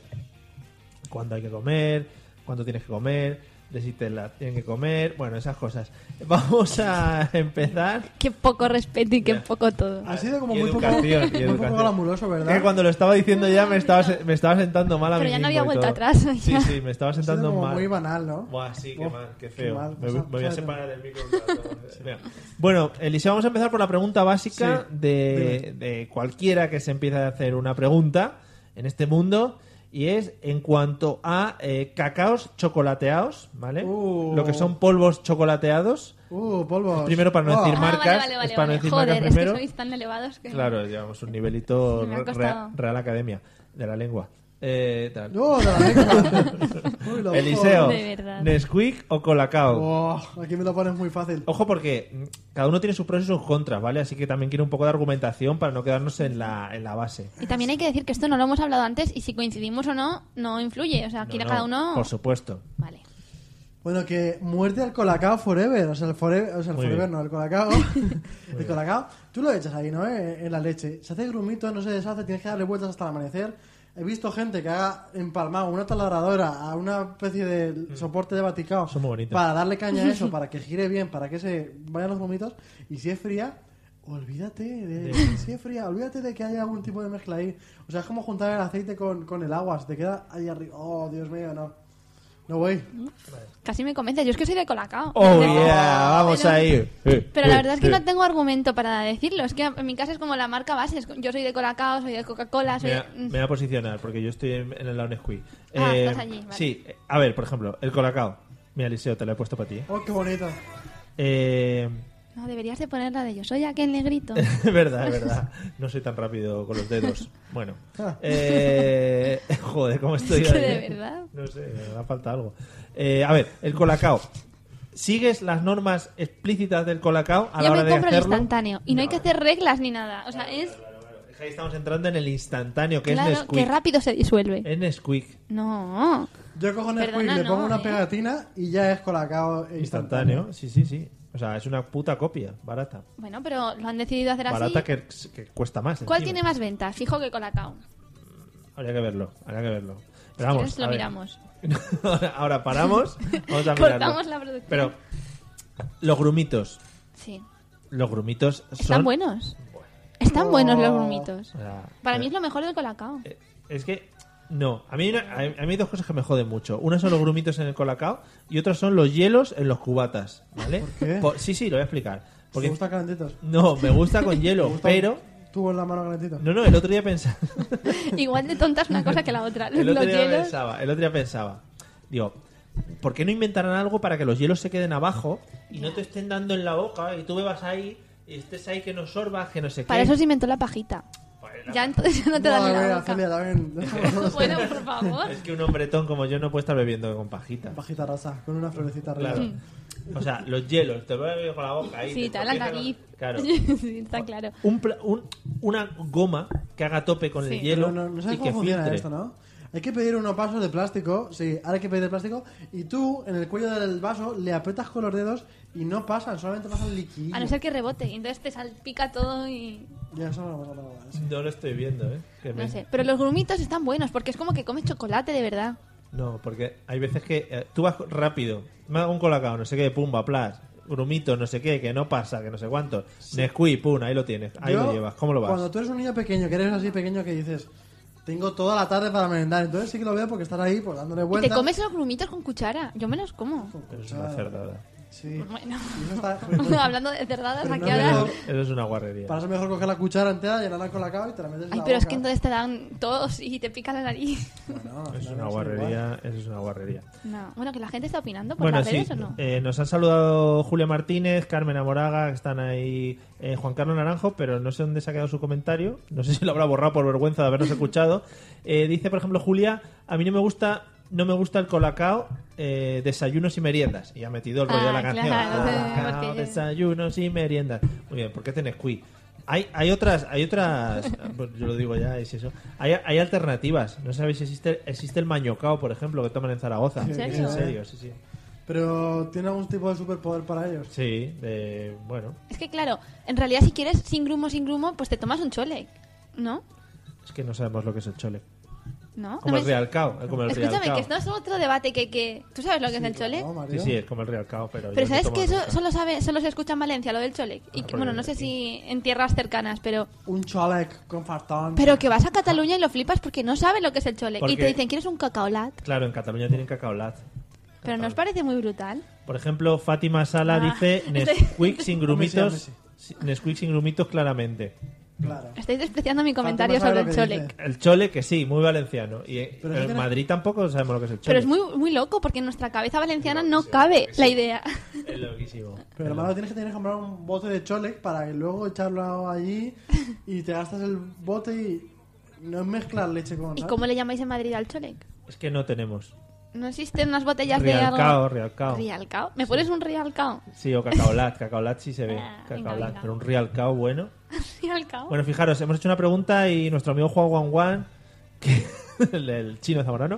A: cuándo hay que comer, cuándo tienes que comer, de si te la tienen que comer, bueno, esas cosas. Vamos a empezar.
C: Qué poco respeto y qué
A: Ya. Ah,
C: poco todo.
B: Ha sido como
A: Y
B: muy poco,
A: educación, y
B: muy poco
A: educación.
B: glamuroso, ¿verdad?
A: Es que cuando lo estaba diciendo ya me estaba, se- me estaba sentando mal a
C: Pero
A: mí
C: ya no
A: mismo
C: había
A: y
C: vuelta
A: todo.
C: atrás, ya.
A: Sí, sí, me estaba
B: Ha sido
A: sentando
B: como
A: mal.
B: muy banal, ¿no?
A: Buah, sí, qué
B: Buah,
A: mal, qué feo.
B: mal.
A: me, me voy a
B: Sabes,
A: separar del micro. un rato. Venga. Bueno, Eliseo, vamos a empezar por la pregunta básica
B: Sí,
A: de, de cualquiera que se empiece a hacer una pregunta en este mundo. Y es en cuanto a eh, cacaos chocolateados, ¿vale?
B: Uh.
A: Lo que son polvos chocolateados.
B: Uh, polvos.
A: Primero para no
B: Oh.
A: decir
C: Ah,
A: mal. marcas,
C: vale, vale,
A: es para no
C: vale,
A: decir
C: Joder,
A: marcas
C: es que
A: primero.
C: sois tan elevados que...
A: Claro, llevamos un nivelito
C: Me ha
A: re-
C: costado.
A: Real, Real Academia de la lengua. Eh, tal.
B: No, de la lengua. Uy, lo-
A: Eliseo,
C: De verdad.
A: Nesquik o Colacao.
B: Oh, aquí me lo pones muy fácil.
A: Ojo porque mm, cada uno tiene sus pros y sus contras, ¿vale? Así que también quiero un poco de argumentación para no quedarnos en la, en la base.
C: Y también hay que decir que esto no lo hemos hablado antes y si coincidimos o no, no influye. O sea, aquí
A: No, no,
C: cada uno...
A: Por supuesto.
C: Vale.
B: Bueno, que muerte al colacao forever. O sea, el forever, o sea, el
A: Muy
B: forever
A: bien.
B: no, el colacao. el colacao, tú lo echas ahí, ¿no? Eh, En la leche. Se hace grumito, no se deshace, tienes que darle vueltas hasta el amanecer. He visto gente que haga empalmado una taladradora a una especie de soporte de baticao
A: Mm. Son muy bonitos.
B: para darle caña a eso, para que gire bien, para que se vayan los grumitos. Y si es fría, olvídate de. Si es fría, olvídate de que haya algún tipo de mezcla ahí. O sea, es como juntar el aceite con, con el agua, se te queda ahí arriba. Oh, Dios mío, no. No voy.
C: Casi me convences. Yo es que soy de Colacao.
A: Oh,
C: Pero-
A: yeah, vamos
C: pero-
A: ahí. Eh,
C: Pero la
A: eh,
C: verdad es que
A: eh.
C: no tengo argumento para decirlo. Es que en mi casa es como la marca base. Es- Yo soy de Colacao, soy de Coca-Cola, soy
A: Me, va-
C: de-
A: me voy a posicionar porque yo estoy en, en el lado Nesquik.
C: Ah, estás allí, vale.
A: Sí, eh, a ver, por ejemplo, el Colacao. Mira, Eliseo, te lo he puesto para ti. ¿eh?
B: Oh, qué bonito.
A: Eh,
C: No, deberías de poner la de yo soy aquel negrito.
A: Es verdad, es verdad. No soy tan rápido con los dedos. Bueno. Eh, joder, ¿cómo estoy?
C: Es que
A: ahí?
C: de verdad.
A: No sé, me da falta algo. Eh, a ver, el colacao. ¿Sigues las normas explícitas del colacao a la
C: Yo
A: hora
C: me
A: de
C: compro el
A: hacerlo?
C: instantáneo y no, hay que hacer reglas ni nada. O sea, es
A: Es que Ahí estamos entrando en el instantáneo, que es Eh.
C: claro que
A: Nesquik.
C: rápido se disuelve.
A: Es Nesquik
C: No.
B: Yo cojo Nesquik,
C: Perdona,
B: le pongo
C: no,
B: una
C: ¿eh?
B: pegatina y ya es colacao e instantáneo.
A: instantáneo. Sí, sí, sí. O sea, es una puta copia, barata.
C: Bueno, pero lo han decidido hacer
A: Barata
C: así.
A: que, que cuesta más.
C: ¿Cuál
A: encima.
C: tiene más ventas? Fijo que Colacao.
A: Habría que verlo, habría que verlo. Pero
C: Si
A: vamos,
C: quieres, lo
A: a ver.
C: miramos.
A: ahora, ahora paramos, vamos a mirarlo.
C: Cortamos la producción.
A: Pero los grumitos,
C: Sí.
A: los grumitos son...
C: Están buenos. Están
B: Oh.
C: buenos los grumitos.
A: o sea,
C: Para
A: eh,
C: mí es lo mejor del Colacao.
A: eh, Es que... No, a mí, hay una- a mí- a mí hay dos cosas que me joden mucho. Una son los grumitos en el colacao y otras son los hielos en los cubatas, ¿vale?
B: ¿Por qué?
A: Por- sí, sí, lo voy a explicar.
B: ¿Te
A: Porque
B: gustan calentitos?
A: no, me gusta con hielo,
B: ¿Te gusta
A: pero
B: un tubo en la mano calentito?
A: no, no, el otro día pensaba,
C: Igual de tonta es una cosa que la otra.
A: el otro
C: Los
A: día
C: hielos.
A: pensaba, el otro día pensaba, digo, ¿por qué no inventarán algo para que los hielos se queden abajo y no te estén dando en la boca y tú bebas ahí y estés ahí que no sorbas, que no sé
C: Para
A: qué?
C: eso se inventó la pajita.
A: Pues la-
C: Ya entonces ya no te
B: No,
C: dan
B: a
C: en
B: ver,
C: la boca.
B: Celia, también.
C: Bueno, por favor.
A: Es que un hombretón como yo no puede estar bebiendo con pajita.
B: Pajita rasa, con una florecita arriba.
A: Claro. O sea, los hielos, te vas a beber con la boca ahí.
C: Sí, te da la
A: empieza con-
C: nariz.
A: Claro.
C: Sí, está claro.
A: Un pla- un- una goma que haga tope con el
C: Sí.
A: hielo
B: Pero no, no
A: y
B: sabes
A: que
B: cómo funciona
A: filtre.
B: esto, ¿no? Hay que pedir unos vasos de plástico, sí, ahora hay que pedir de plástico, y tú en el cuello del vaso le aprietas con los dedos y no pasan, solamente pasan liquidillo.
C: A no ser que rebote. y Entonces te salpica todo y...
B: Ya, eso no lo hemos hablado ahora, sí.
A: No lo estoy viendo, ¿eh? Que me-
C: No sé. Pero los grumitos están buenos porque es como que comes chocolate de verdad.
A: No, porque hay veces que eh, tú vas rápido, me hago un colacao, no sé qué, pumba, plas, grumito, no sé qué, que no pasa, que no sé cuánto. Nesquik, pum, ahí lo tienes, ahí
B: Yo,
A: lo llevas, ¿cómo lo vas?
B: Cuando tú eres un niño pequeño, que eres así pequeño, que dices, tengo toda la tarde para merendar, entonces sí que lo veo porque estás ahí, pues dándole
C: Y te
B: vueltas.
C: comes los grumitos con cuchara. Yo me los como.
A: Eso es una cerdada.
B: Sí.
C: Bueno.
B: Y eso está-
C: Hablando de cerdadas
B: Pero
C: aquí
B: no me
C: ahora.
B: lo-
A: Eso es una guarrería.
B: Para eso mejor coger la cuchara entera, llenarla con la cava y te la metes en
C: Ay,
B: la
C: pero es
B: boca.
C: que entonces te dan tos y te pica la nariz.
B: Bueno,
A: Eso es una
B: claro, sí, igual.
A: guarrería, eso es una guarrería.
C: No. Bueno, que la gente está opinando por
A: Bueno,
C: las
A: sí,
C: redes o no.
A: eh, nos han saludado Julia Martínez, Carmen Amoraga, que están ahí, eh, Juan Carlos Naranjo, pero no sé dónde se ha quedado su comentario, no sé si lo habrá borrado por vergüenza de habernos escuchado. Eh, dice, por ejemplo, Julia, a mí no me gusta, no me gusta el colacao, eh, desayunos y meriendas. Y ha metido el rollo
C: Ah,
A: de la canción.
C: claro,
A: Colacao,
C: porque-
A: desayunos y meriendas. Muy bien, ¿por qué tenés cuí? Hay, hay otras, hay otras, pues yo lo digo ya, es eso. Hay, hay alternativas. No sabéis, existe, existe el mañocao, por ejemplo, que toman en Zaragoza.
B: ¿En
A: Es
C: serio?
A: serio, sí, sí.
B: Pero tiene algún tipo de superpoder para ellos.
A: Sí, de, bueno.
C: Es que claro, en realidad si quieres sin grumo, sin grumo, pues te tomas un chole. ¿No?
A: Es que no sabemos lo que es el chole.
C: ¿No?
A: Como
C: ¿No
A: el
C: ves?
A: Real Cao. eh, Como el
C: Escúchame,
A: Real
C: que
A: Cao.
C: esto es otro debate que... que... ¿Tú sabes lo que es el chole?
B: No, Mario.
A: Sí, sí, es como el Real Cao, pero.
C: Pero
A: yo no
C: ¿sabes
A: tomo
C: que eso
A: nunca.
C: solo, sabe, solo se escucha en Valencia, lo del chole? Y
A: Ah,
C: que, bueno,
A: porque
C: no sé
A: aquí-
C: si en tierras cercanas, pero...
B: Un cholec con fartón.
C: Pero que vas a Cataluña y lo flipas porque no sabes lo que es el chole.
A: Porque-
C: Y te dicen, ¿quieres un cacaolat?
A: Claro, en Cataluña tienen cacaolat.
C: Pero ¿no os parece muy brutal?
A: Por ejemplo, Fátima Sala
C: Ah.
A: dice Nesquik sin
B: Hombre,
A: grumitos.
B: sí,
A: Nesquik sin grumitos, claramente.
B: Claro.
C: Estáis despreciando mi comentario
B: sabe
C: sobre
B: lo
C: el
B: que
C: chole.
B: dice.
A: El chole, que sí, muy valenciano. Y eh,
B: Pero
A: pero
B: es
A: en
B: que-
A: Madrid tampoco sabemos lo que es el chole.
C: Pero es muy, muy loco porque en nuestra cabeza valenciana no cabe la idea.
A: Es loquísimo.
B: Pero hermano, tienes que tener que comprar un bote de cholec para que luego echarlo allí y te gastas el bote y no es mezclar leche con.
C: ¿Y
B: ¿sabes?
C: cómo le llamáis en Madrid al chole?
A: Es que no tenemos.
C: ¿No existen unas botellas de
A: Real
C: algo?
A: Cao, Real Cao.
C: ¿Rialcao? ¿Me pones un rialcao?
A: Sí, o cacaolat. Cacaolat sí se ve.
C: Ah, venga,
A: Cacaolat.
C: venga.
A: Pero un Real Cao bueno.
C: ¿Rialcao?
A: Bueno, fijaros, hemos hecho una pregunta y nuestro amigo Juan Juan Juan, que, el, el chino zamorano,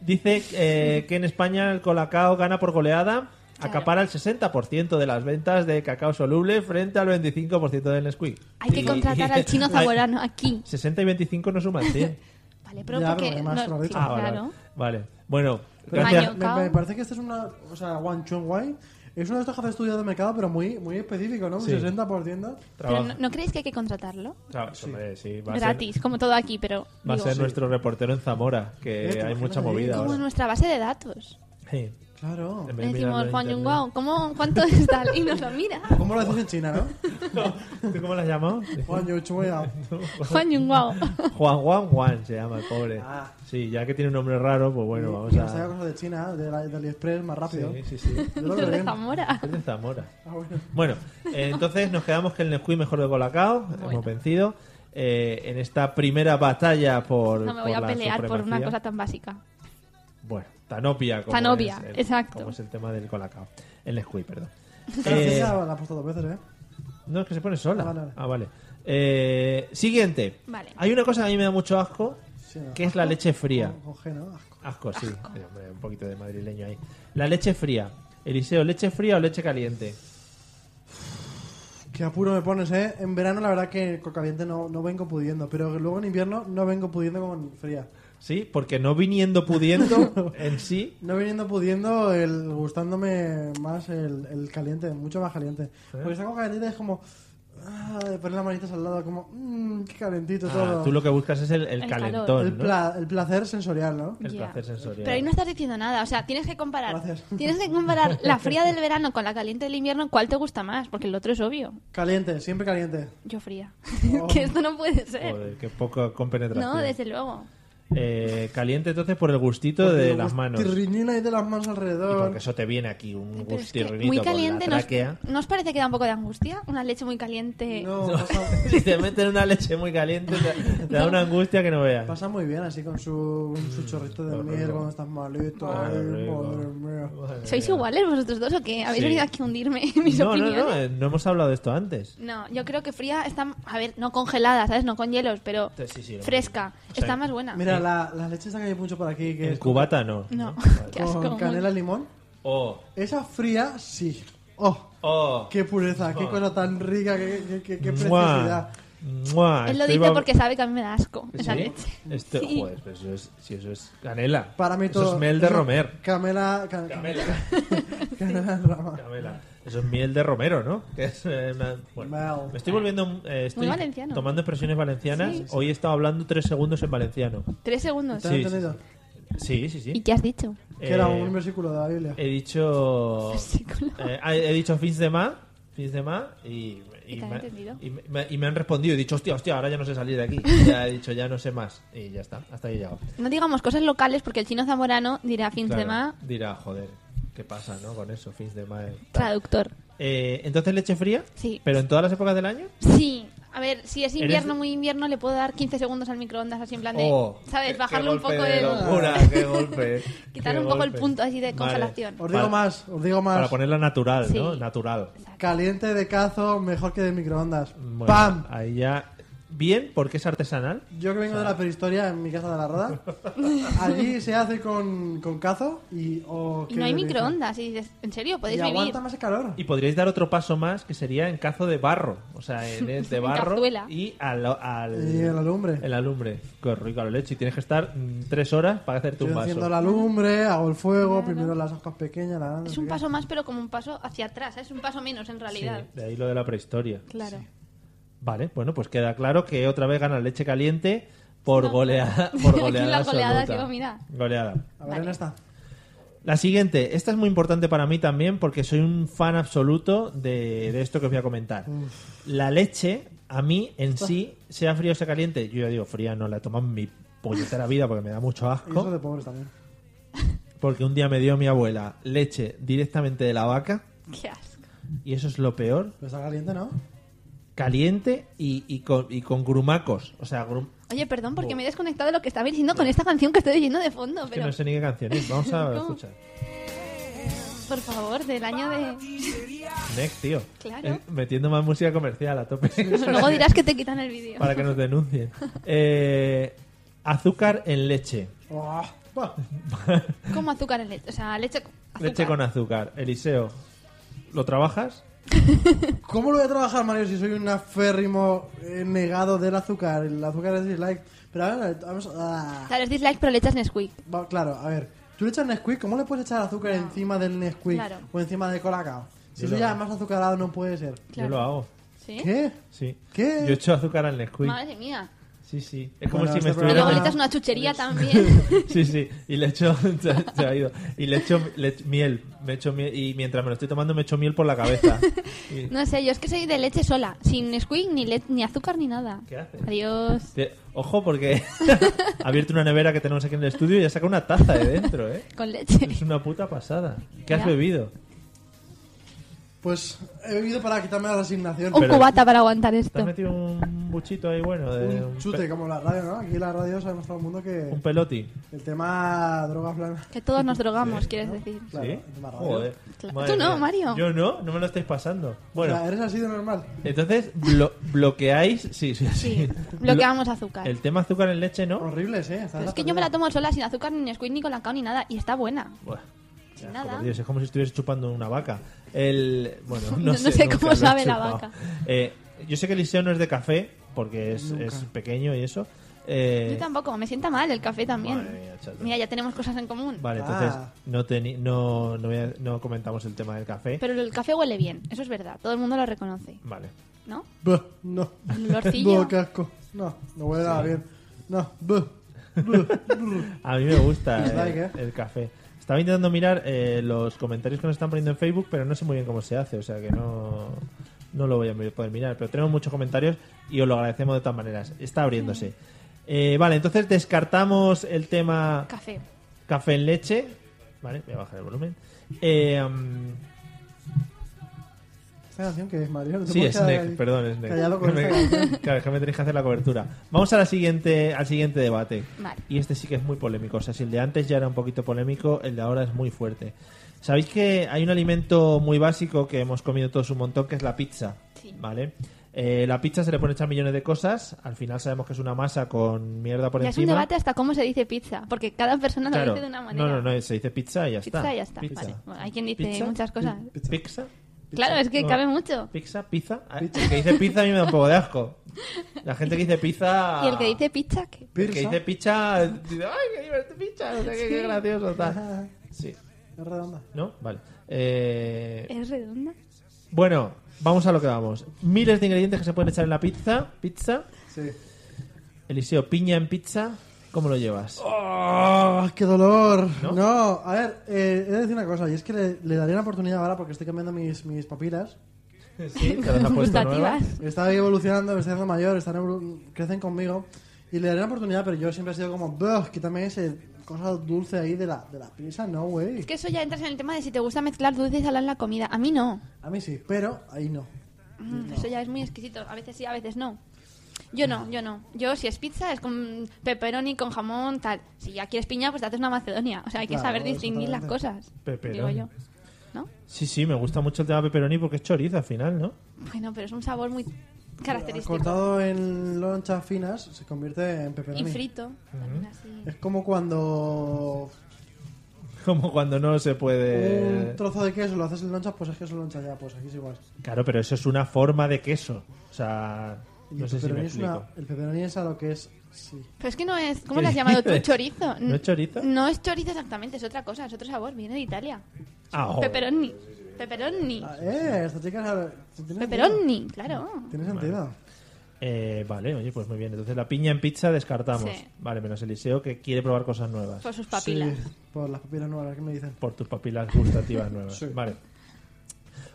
A: dice eh, que en España el colacao gana por goleada,
C: Claro.
A: acapara el 60% de las ventas de cacao soluble frente al 25% del Nesquik.
C: Hay que
A: Y-
C: contratar al chino
A: Ay,
C: zamorano ¿eh? aquí.
A: 60 y 25 no suman 100.
C: Vale, pero
B: Ya,
C: porque...
B: pero además
C: no-
B: lo has
C: sí,
B: dicho.
A: ah, vale,
C: claro.
A: vale. Bueno,
B: Pero
A: gracias.
C: Maño.
B: me, me- me parece que este es una. O sea, Wang Chun Wai. Es una de estas que hace estudios de mercado, pero muy, muy específico, ¿no? Un
A: Sí.
B: 60%.
C: Pero
A: Trabajo.
C: ¿no, no creéis que hay que contratarlo?
A: Tra- hombre, sí, va a ser-
C: Gratis, como todo aquí, pero...
A: Va a
C: digo,
A: ser nuestro reportero en Zamora, que
B: Eh, ¿te
A: hay mucha
B: imaginas ahí?
A: movida
C: como
A: ahora.
C: nuestra base de datos.
A: Sí. En
B: Claro.
C: Le
A: vez de mirarlo
C: decimos,
A: en
C: Juan Yung
A: internet.
C: Guao, ¿cómo, ¿cuánto es tal? Y nos lo mira.
B: ¿Cómo lo decís en China, no? ah.
A: ¿Tú cómo la has llamado?
B: Juan Yu Chuea.
C: Juan Yung Guao.
A: Juan Juan Juan se llama el pobre.
B: Ah.
A: Sí, ya que tiene un nombre raro, pues bueno,
B: Y-
A: vamos
B: y nos saca
A: a.
B: cosas de China, de, la, de AliExpress, más rápido.
A: Sí, sí, sí.
B: Yo lo
C: Los
B: veo
C: de
B: bien.
C: Zamora.
A: Es de Zamora.
B: Ah, bueno.
A: Bueno, eh, entonces nos quedamos que el Nesquí mejor de Colacao, hemos vencido eh, en esta primera batalla por.
C: No me voy
A: por
C: a
A: la
C: pelear por una
A: supremacía.
C: cosa tan básica.
A: Bueno, tan obvia como
C: Tan
A: es
C: obvia,
A: el-
C: exacto.
A: Como es el tema del Colacao. El Nesquí, perdón.
B: Claro,
A: Eh,
B: Ah, sí, ya la ha puesto dos veces, ¿eh?
A: No, es que se pone sola.
B: Ah, vale, vale.
A: Ah, vale. Eh, siguiente.
C: Vale.
A: Hay una cosa que a mí me da mucho asco,
B: Sí, ¿no?
A: que es la leche fría.
B: Con, con G, ¿no? Asco.
A: Asco, sí. Eh, hombre, un poquito de madrileño ahí. La leche fría. Eliseo, ¿leche fría o leche caliente?
B: Qué apuro me pones, ¿eh? En verano, la verdad que con caliente no, no vengo pudiendo. Pero luego en invierno no vengo pudiendo con fría.
A: Sí, porque no viniendo pudiendo en sí.
B: No viniendo pudiendo, el, gustándome más el, el caliente, mucho más caliente. Porque está con calentita es como. Ah, de poner las manitas al lado, como. Mmm, qué calentito
A: Ah,
B: todo.
A: tú lo que buscas es el, el
C: El calor.
A: calentón,
B: el,
A: ¿no?
B: pla- el placer sensorial, ¿no?
A: El
C: Ya.
A: placer sensorial.
C: Pero ahí no estás diciendo nada, o sea, tienes que comparar.
B: Gracias.
C: Tienes que comparar la fría del verano con la caliente del invierno, ¿cuál te gusta más? Porque el otro es obvio.
B: Caliente, siempre caliente.
C: Yo fría.
B: Oh.
C: que esto no puede ser.
A: Joder, qué poca compenetración.
C: no, desde luego.
A: Eh, caliente entonces por el gustito
B: Porque
A: de
B: luego
A: las manos. Y
B: Tirrinina y de las manos alrededor.
A: porque eso te viene aquí un
C: Pero es que
A: gustirrinito
C: muy
A: por la
C: caliente nos,
A: tráquea.
C: ¿no os parece que da un poco de angustia, una leche muy caliente.
B: No, Pasa,
A: si te meten una leche muy caliente, te, te da una angustia que no veas.
B: pasa muy bien así con su, con su chorrito de
A: Lo
B: miel
A: Mm, rico.
B: cuando estás malito.
A: Ah,
B: Ay,
A: lo rico.
B: madre mía.
A: Madre
C: ¿Sois
A: mía.
C: iguales vosotros dos o qué? ¿Habéis
A: Eh. Sí.
C: venido aquí a hundirme en mis
A: no, no,
C: opiniones?
A: no, eh, no hemos hablado de esto antes.
C: No, yo creo que fría está, a ver, no congelada, ¿sabes? No con hielos, pero
A: Sí, sí, sí, lo-
C: fresca.
A: o sea,
C: está más buena.
B: Mira, la, la leche esa que hay mucho por aquí, que
A: En
B: es
A: cubata no.
C: no, qué asco.
B: con canela y limón.
A: Oh,
B: Esa fría, sí. ¡Oh!
A: oh.
B: ¡Qué pureza! ¡Qué cosa tan rica! ¡Qué, qué, qué- qué
A: Mua,
B: preciosidad!
A: mua,
C: Él lo
A: estoy
C: dice
A: va-
C: porque sabe que a mí me da asco esa
A: ¿Sí?
C: leche.
A: Esto, joder, pero eso es, si eso es canela.
B: Para mí todo.
A: Eso es miel de
B: eso-
A: Romer.
B: Camela. ca-
A: Camela.
B: Canela en rama.
A: Camela. Eso es miel de romero, ¿no? Que es, eh, una- bueno,
B: Mel.
A: me estoy volviendo... eh, estoy
C: Muy valenciano.
A: Tomando expresiones valencianas.
C: Sí.
A: Hoy he estado hablando tres segundos en valenciano.
C: Tres segundos.
B: ¿Te has
A: Sí, sí,
B: entendido?
A: Sí, sí, sí.
C: ¿Y qué has dicho?
B: Que era
A: Eh,
B: un versículo de la Biblia.
A: He dicho...
C: Versículo.
A: eh, ah, he dicho fins de ma. Fins de ma. Y,
C: ¿Y te han entendido?
A: y me- y me han respondido. He dicho, hostia, hostia, ahora ya no sé salir de aquí. Y ya he dicho, ya no sé más. Y ya está. Hasta ahí he llegado.
C: No digamos cosas locales porque el chino zamorano dirá fin
A: Claro,
C: de ma,
A: Dirá, joder, ¿qué pasa, no? Con eso, fins de ma. eh, tal.
C: traductor.
A: Eh, Entonces, leche fría.
C: Sí.
A: Pero en todas las épocas del año.
C: Sí. A ver, si es
A: Eres-
C: invierno, muy invierno, le puedo dar 15 segundos al microondas así en plan de,
A: Oh, qué-
C: ¿sabes?
A: qué
C: Bajarle un
A: golpe
C: poco
A: de
C: el...
A: locura, qué golpe.
C: Quitar
A: qué
C: un poco el
A: golpe.
C: punto así de
A: Vale.
C: congelación.
B: Os digo
A: para-
B: más, os digo más.
A: Para ponerla natural, ¿no?
C: Sí.
A: Natural.
B: Caliente de cazo, mejor que de microondas.
A: Bueno,
B: ¡Pam!
A: Ahí ya. Bien, porque es artesanal.
B: Yo que vengo de la prehistoria en mi casa de la Roda, allí se hace con, con cazo y. oh,
C: Y
B: qué
C: no hay
B: delicia.
C: microondas. Y dices, ¿en serio?
B: Y
C: ¿Podéis vivir?
B: aguanta más el calor.
A: Y podríais dar otro paso más que sería en cazo de barro. O sea, en el de
C: En
A: barro.
C: cazuela.
A: y al, al-
B: Y en la lumbre.
A: En la lumbre. Qué rico la leche. Y tienes que estar mm, tres horas para hacerte un
B: Estoy
A: vaso.
B: haciendo la lumbre, hago el fuego, primero las hojas pequeñas, la grande,
C: Es
B: no
C: un
B: sé
C: paso más, pero como un paso hacia atrás. ¿eh? Es un paso menos, en
A: Sí,
C: realidad.
A: de ahí lo de la prehistoria.
C: Claro.
A: Vale, bueno, pues queda claro que otra vez gana leche caliente por goleada. Por
C: Aquí
A: goleada,
C: la goleada,
A: absoluta.
C: tío, mira.
A: Goleada.
B: qué. A ver, en esta.
A: La siguiente, esta es muy importante para mí también porque soy un fan absoluto de, de esto que os voy a comentar. La leche, a mí en sí, sea fría o sea caliente, yo ya digo fría, no la he tomado en mi puñetera vida porque me da mucho
B: Y eso
A: asco.
B: de pobres también.
A: Porque un día me dio mi abuela leche directamente de la vaca
C: Qué asco.
A: y eso es lo peor.
B: Pero está caliente, Pues ¿no?
A: Caliente y, y con, y con grumacos. O sea, grum-
C: Oye, perdón, porque me he desconectado de lo que estaba diciendo con esta canción que estoy oyendo de fondo,
A: es que
C: pero
A: no sé ni qué canción es. Vamos a
C: ¿Cómo?
A: escuchar.
C: por favor, del año de...
A: Next, tío.
C: Claro.
A: Eh, Metiendo más música comercial a tope.
C: Luego dirás que te quitan el vídeo.
A: para que nos denuncien. Eh, azúcar en leche.
B: Oh,
C: Ah.
B: bah.
C: ¿Cómo azúcar en leche? O sea, leche con azúcar.
A: Leche con azúcar. Eliseo, ¿lo trabajas?
B: ¿Cómo lo voy a trabajar, Mario, si soy un aférrimo eh, negado del azúcar? El azúcar es dislike. Pero a ver, vamos a...
C: O sea, les dislike, pero le echas Nesquik.
B: Va, claro, a ver. Tú le echas Nesquik, ¿cómo le puedes echar azúcar encima del Nesquik?
C: Claro.
B: O encima de Colacao. Si
A: Yo
B: eso
A: lo-
B: ya más azucarado no puede ser.
C: Claro.
A: Yo lo hago.
C: ¿Sí?
B: ¿Qué?
A: Sí.
B: ¿Qué?
A: Yo echo azúcar al Nesquik.
C: Madre mía.
A: Sí, sí. Es como
B: Bueno,
A: si me
B: este
C: Mi
A: estuviera...
B: programa-
C: abuelita es una chuchería también.
A: Sí, sí. Y le echo... Se, se ha ido. Y le echo le- miel. Me echo miel. Y mientras me lo estoy tomando me echo miel por la cabeza. Y-
C: No sé, yo es que soy de leche sola, sin Nesquik, ni, le- ni azúcar, ni nada.
A: ¿Qué haces?
C: Adiós.
A: Te- Ojo, porque ha abierto una nevera que tenemos aquí en el estudio y ha sacado una taza de dentro, ¿eh?
C: Con leche.
A: Es una puta pasada. ¿Qué has
C: Ya.
A: bebido?
B: Pues he bebido para quitarme la resignación.
C: Un
A: Pero-
C: cubata para aguantar
A: ¿Te has
C: esto.
A: metido un buchito ahí bueno? De
B: Un
A: Oh. Eh, pe-
B: chute, como la radio, ¿no? Aquí la radio sabemos todo el mundo
A: un
B: que
A: peloti.
B: el tema droga plana.
C: Que todos nos drogamos, quieres decir.
B: Claro,
A: ¿Sí?
B: el tema radio.
A: Joder.
C: Claro.
A: Madre
C: Tú no,
A: mía.
C: Mario.
A: Yo no, no me lo estáis pasando. Bueno,
B: O sea, eres así de normal.
A: entonces blo- bloqueáis. Sí, sí,
C: Sí,
A: sí.
C: bloqueamos azúcar.
A: El tema azúcar en leche no.
B: Horribles, ¿eh? Está
C: Pero es
B: la
C: que yo me la
B: perrera.
C: tomo sola, sin azúcar, ni Nesquik, ni colacao, ni nada, y está buena.
A: Buah,
C: Sin
A: por
C: nada.
A: Dios, es como si estuvieras chupando una vaca. El, bueno, no,
C: No- no
A: sé,
C: sé
A: nunca
C: cómo
A: lo he
C: sabe la
A: chupado.
C: vaca.
A: Eh, yo sé que Eliseo no es de café porque es, es pequeño y eso. Eh,
C: Yo tampoco, me sienta mal el café
A: Madre
C: también.
A: mía, chato.
C: Mira, ya tenemos cosas en común.
A: Vale,
B: Ah.
A: entonces no, teni- no, no, voy a- no comentamos el tema del café.
C: Pero el café huele bien, eso es verdad, todo el mundo lo reconoce,
A: Vale.
C: ¿no?
B: Buh, no.
C: El olorcillo.
B: Buh, qué asco. No, no huele nada bien. No, buh, buh, buh.
A: A mí me gusta eh,
B: Dislike, ¿eh?
A: el café. Estaba intentando mirar eh, los comentarios que nos están poniendo en Facebook, pero no sé muy bien cómo se hace, o sea que no, no lo voy a mi- poder mirar. Pero tenemos muchos comentarios y os lo agradecemos de todas maneras. Está abriéndose. Eh, vale, entonces descartamos el tema
C: Café.
A: café en leche. Vale, voy a bajar el volumen. Eh, um,
B: ¿Esta canción que es, Mario? No te
A: Sí,
B: puedes quedar
A: Snake,
B: ahí.
A: perdón, es Snake.
B: Callado con
A: Me-
B: esta canción.
A: Claro, es que me tenéis que hacer la cobertura. Vamos a la siguiente, al siguiente debate.
C: Vale.
A: Y este sí que es muy polémico. O sea, si el de antes ya era un poquito polémico, el de ahora es muy fuerte. ¿Sabéis que hay un alimento muy básico que hemos comido todos un montón, que es la pizza?
C: Sí.
A: ¿Vale? Eh, la pizza se le pueden echar millones de cosas. Al final sabemos que es una masa con mierda por
C: Ya es un
A: encima.
C: debate hasta cómo se dice pizza, porque cada persona lo
A: Claro.
C: dice de una manera.
A: No, no, no, se dice pizza y ya
C: Pizza
A: está.
C: y ya está.
A: Pizza.
C: Vale. Bueno, hay quien dice
A: Pizza.
C: muchas cosas.
B: Pizza.
A: ¿Pizza?
C: Claro, es que
A: No.
C: cabe mucho.
A: ¿Pizza? ¿Pizza? Ah, El que dice pizza a mí me da un poco de asco. La gente que dice pizza...
C: Y el que dice pizza, ¿qué?
A: El que
B: Pirsa.
A: dice pizza... Dice, ¡Ay, qué divertido pizza! No sé qué, qué gracioso tal.
B: Ah,
A: Sí.
B: Es redonda.
A: ¿No? Vale. Eh,
C: ¿Es redonda?
A: bueno, vamos a lo que vamos. Miles de ingredientes que se pueden echar en la pizza. Pizza.
B: Sí.
A: Eliseo, piña en pizza. ¿Cómo lo llevas?
B: ¡Oh, qué dolor!
A: Ah. ¿No?
B: No, a ver, eh, he de decir una cosa, y es que le, le daría una oportunidad ahora porque estoy cambiando mis, mis papilas.
A: Sí, te las has puesto nueva.
C: Gustativas.
B: Estaba evolucionando, me estoy haciendo mayor, están evolu- crecen conmigo. Y le daría una oportunidad, pero yo siempre he sido como, "Buf, quítame ese cosa dulce ahí de la, de la pizza, no, güey.
C: Es que eso ya entras en el tema de si te gusta mezclar dulce y salada en la comida. A mí no.
B: A mí sí, pero ahí no.
C: Mm, Eso ya es muy exquisito. A veces sí, a veces no. Yo no, yo no. Yo si es pizza es con pepperoni, con jamón, tal. Si ya quieres piña, pues te haces una macedonia. O sea, hay que
B: Claro,
C: saber distinguir las cosas.
A: Pepperoni.
C: Digo yo. ¿No?
A: Sí, sí, me gusta mucho el tema pepperoni porque es chorizo al final, ¿no?
C: Bueno, pero es un sabor muy característico.
B: Cortado en lonchas finas, se convierte en
C: Y
B: pepperoni.
C: frito. también así.
B: Es como cuando
A: Como cuando no se puede...
B: un trozo de queso lo haces en lonchas, pues es queso en lonchas ya, pues aquí es igual.
A: Claro, pero eso es una forma de queso. O sea,
B: Y
A: no
B: el
A: sé si me
B: pepperoni es una-
A: explico.
B: el pepperoni es a lo que es. Sí.
C: Pero es que no es... ¿Cómo
A: ¿Qué
C: lo has llamado tú?
A: dices?
C: ¿Chorizo?
A: ¿No es chorizo?
C: No es chorizo exactamente, es otra cosa, es otro sabor. Viene de Italia.
A: Ah, joder.
C: Pepperoni. Pepperoni.
B: Ah, eh, esta chica sabe. ¿Tiene sentido?
C: Pepperoni, claro.
B: Tiene sentido.
A: Eh, vale, oye, pues muy bien. Entonces la piña en pizza descartamos.
C: Sí.
A: Vale, menos Eliseo que quiere probar cosas nuevas.
C: Por sus papilas.
B: Sí, por las papilas nuevas que me dicen.
A: Por tus papilas gustativas nuevas.
B: Sí.
A: Vale.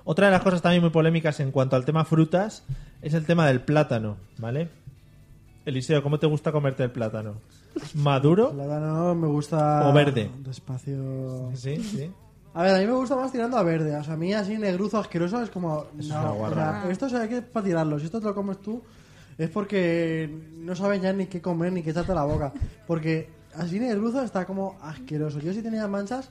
A: Otra de las cosas también muy polémicas en cuanto al tema frutas es el tema del plátano, ¿vale? Eliseo, ¿cómo te gusta comerte el plátano? ¿Maduro?
B: Plátano me gusta.
A: O verde.
B: Despacio.
A: Sí, sí.
B: A ver, a mí me gusta más tirando a verde. O sea, a mí así negruzo asqueroso es como. no,
A: una
B: o
A: guarra.
C: Ah.
B: sea, esto hay que para tirarlo. Si esto te lo comes tú, es porque no sabes ya ni qué comer ni qué echarte a la boca. Porque así negruzo está como asqueroso. Yo si tenía manchas.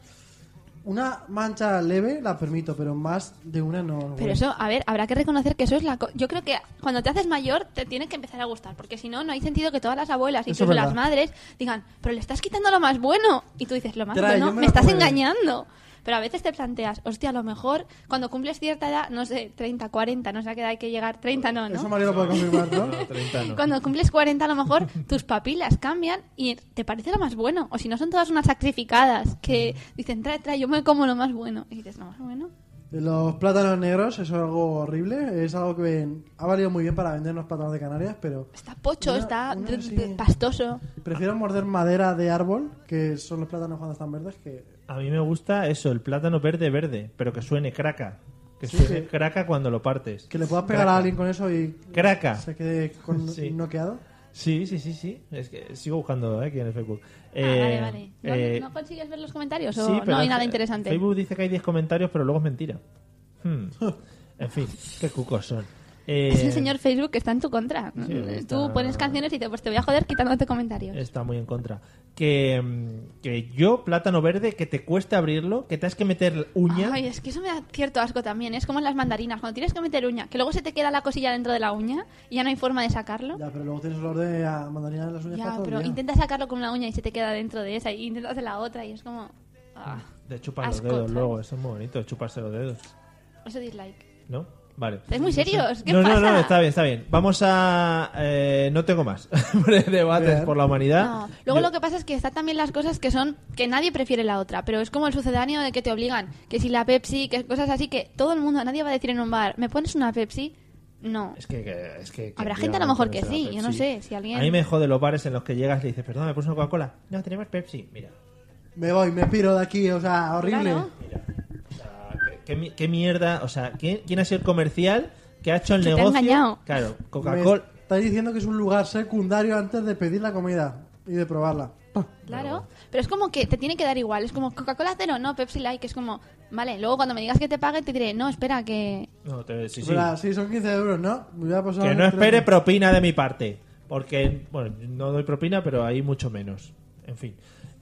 B: Una mancha leve la permito, pero más de una no.
C: Pero
B: güey.
C: eso, a ver, habrá que reconocer que eso es la... co- Yo creo que cuando te haces mayor te tiene que empezar a gustar, porque si no, no hay sentido que todas las abuelas,
B: Eso
C: incluso
B: es verdad.
C: las madres, digan, pero le estás quitando lo más bueno. Y tú dices, lo más
B: Tra, yo
C: bueno,
B: me
C: me,
B: lo
C: estás
B: comeré.
C: engañando. Pero a veces te planteas, hostia, a lo mejor cuando cumples cierta edad, no sé, 30, 40, no sé a qué edad hay que llegar, 30 no,
B: Eso
C: ¿no?
B: María lo puede confirmar, ¿no?
A: No, 30 no.
C: Cuando cumples 40 a lo mejor tus papilas cambian y te parece lo más bueno. O si no son todas unas sacrificadas que dicen, trae, trae, yo me como lo más bueno. Y dices, lo más bueno.
B: Los plátanos negros, eso es algo horrible. Es algo que ven- ha valido muy bien para vendernos plátanos de Canarias, pero
C: Está pocho,
B: Una-
C: está
B: una
C: dr-
B: sí.
C: dr- pastoso.
B: prefiero morder madera de árbol, que son los plátanos cuando están verdes, que
A: A mí me gusta eso, el plátano verde verde, pero que suene craca. Que
B: Sí,
A: suene
B: sí.
A: craca cuando lo partes.
B: Que le puedas pegar
A: Craca.
B: a alguien con eso y
A: Craca.
B: se quede con
A: Sí.
B: noqueado.
A: Sí, sí, sí, sí. Es que sigo buscando eh, aquí en el Facebook.
C: ah,
A: Eh,
C: vale, vale. ¿No,
A: eh,
C: no consigues ver los comentarios?
A: sí,
C: o
A: pero
C: no hay
A: en-
C: nada interesante.
A: Facebook dice que hay 10 comentarios, pero luego es mentira. Hmm. En fin, qué cucos son. Eh,
C: Es el señor Facebook que está en tu contra.
A: Sí,
C: Tú
A: está-
C: pones canciones y dices, pues te voy a joder quitándote comentarios.
A: Está muy en contra. Que, mm, que yo, plátano verde, que te cueste abrirlo, que te has que meter uña.
C: Ay, es que eso me da cierto asco también. ¿eh? Es como en las mandarinas, cuando tienes que meter uña, que luego se te queda la cosilla dentro de la uña y ya no hay forma de sacarlo.
B: Ya, pero luego tienes olor de a mandarina en las uñas. para
C: Ya,
B: todo el
C: pero
B: día.
C: intenta sacarlo con una uña y se te queda dentro de esa y intentas de la otra y es como... ah,
A: De chupar los
C: Asco,
A: dedos
C: ¿sabes?
A: luego, eso es muy bonito, de chuparse los dedos.
C: eso dislike.
A: ¿No? Vale.
C: Es muy serios, ¿qué
A: no,
C: pasa?
A: no, no, está bien, está bien. Vamos a... eh, no tengo más. Debates
B: Bien.
A: por la humanidad.
C: No. Luego
A: Yo-
C: lo que pasa es que están también las cosas que son que nadie prefiere la otra, pero es como el sucedáneo de que te obligan, que si la Pepsi, que cosas así que todo el mundo, nadie va a decir en un bar, ¿me pones una Pepsi? No.
A: Es que, que- es que, que
C: Habrá
A: ya
C: gente a lo mejor que
A: conoce la
C: sí, yo no
A: Pepsi.
C: sé, si alguien-
A: A mí me jode los bares en los que llegas y le dices, perdón, me puse una Coca-Cola. No, tenemos Pepsi. Mira,
B: Me voy, me piro de aquí, o sea, horrible.
C: Claro.
A: mira. O sea, ¿qué, qué mi- qué mierda? O sea, ¿quién, quién ha sido el comercial que ha hecho el
C: Que te ha
A: negocio?
C: engañado.
A: Claro,
B: Me
A: Coca-Cola.
B: estáis diciendo que es un lugar secundario antes de pedir la comida y de probarla. Pa.
C: Claro, pero es como que te tiene que dar igual. Es como Coca-Cola cero, no, Pepsi Light, que es como, vale, luego cuando me digas que te pague te diré, no, espera, que.
A: No, te- sí, sí.
B: Pero, ah, sí, son 15 euros, ¿no? Me voy a pasar
A: Que no
B: entre-
A: espere propina de mi parte. Porque, bueno, no doy propina, pero hay mucho menos. En fin.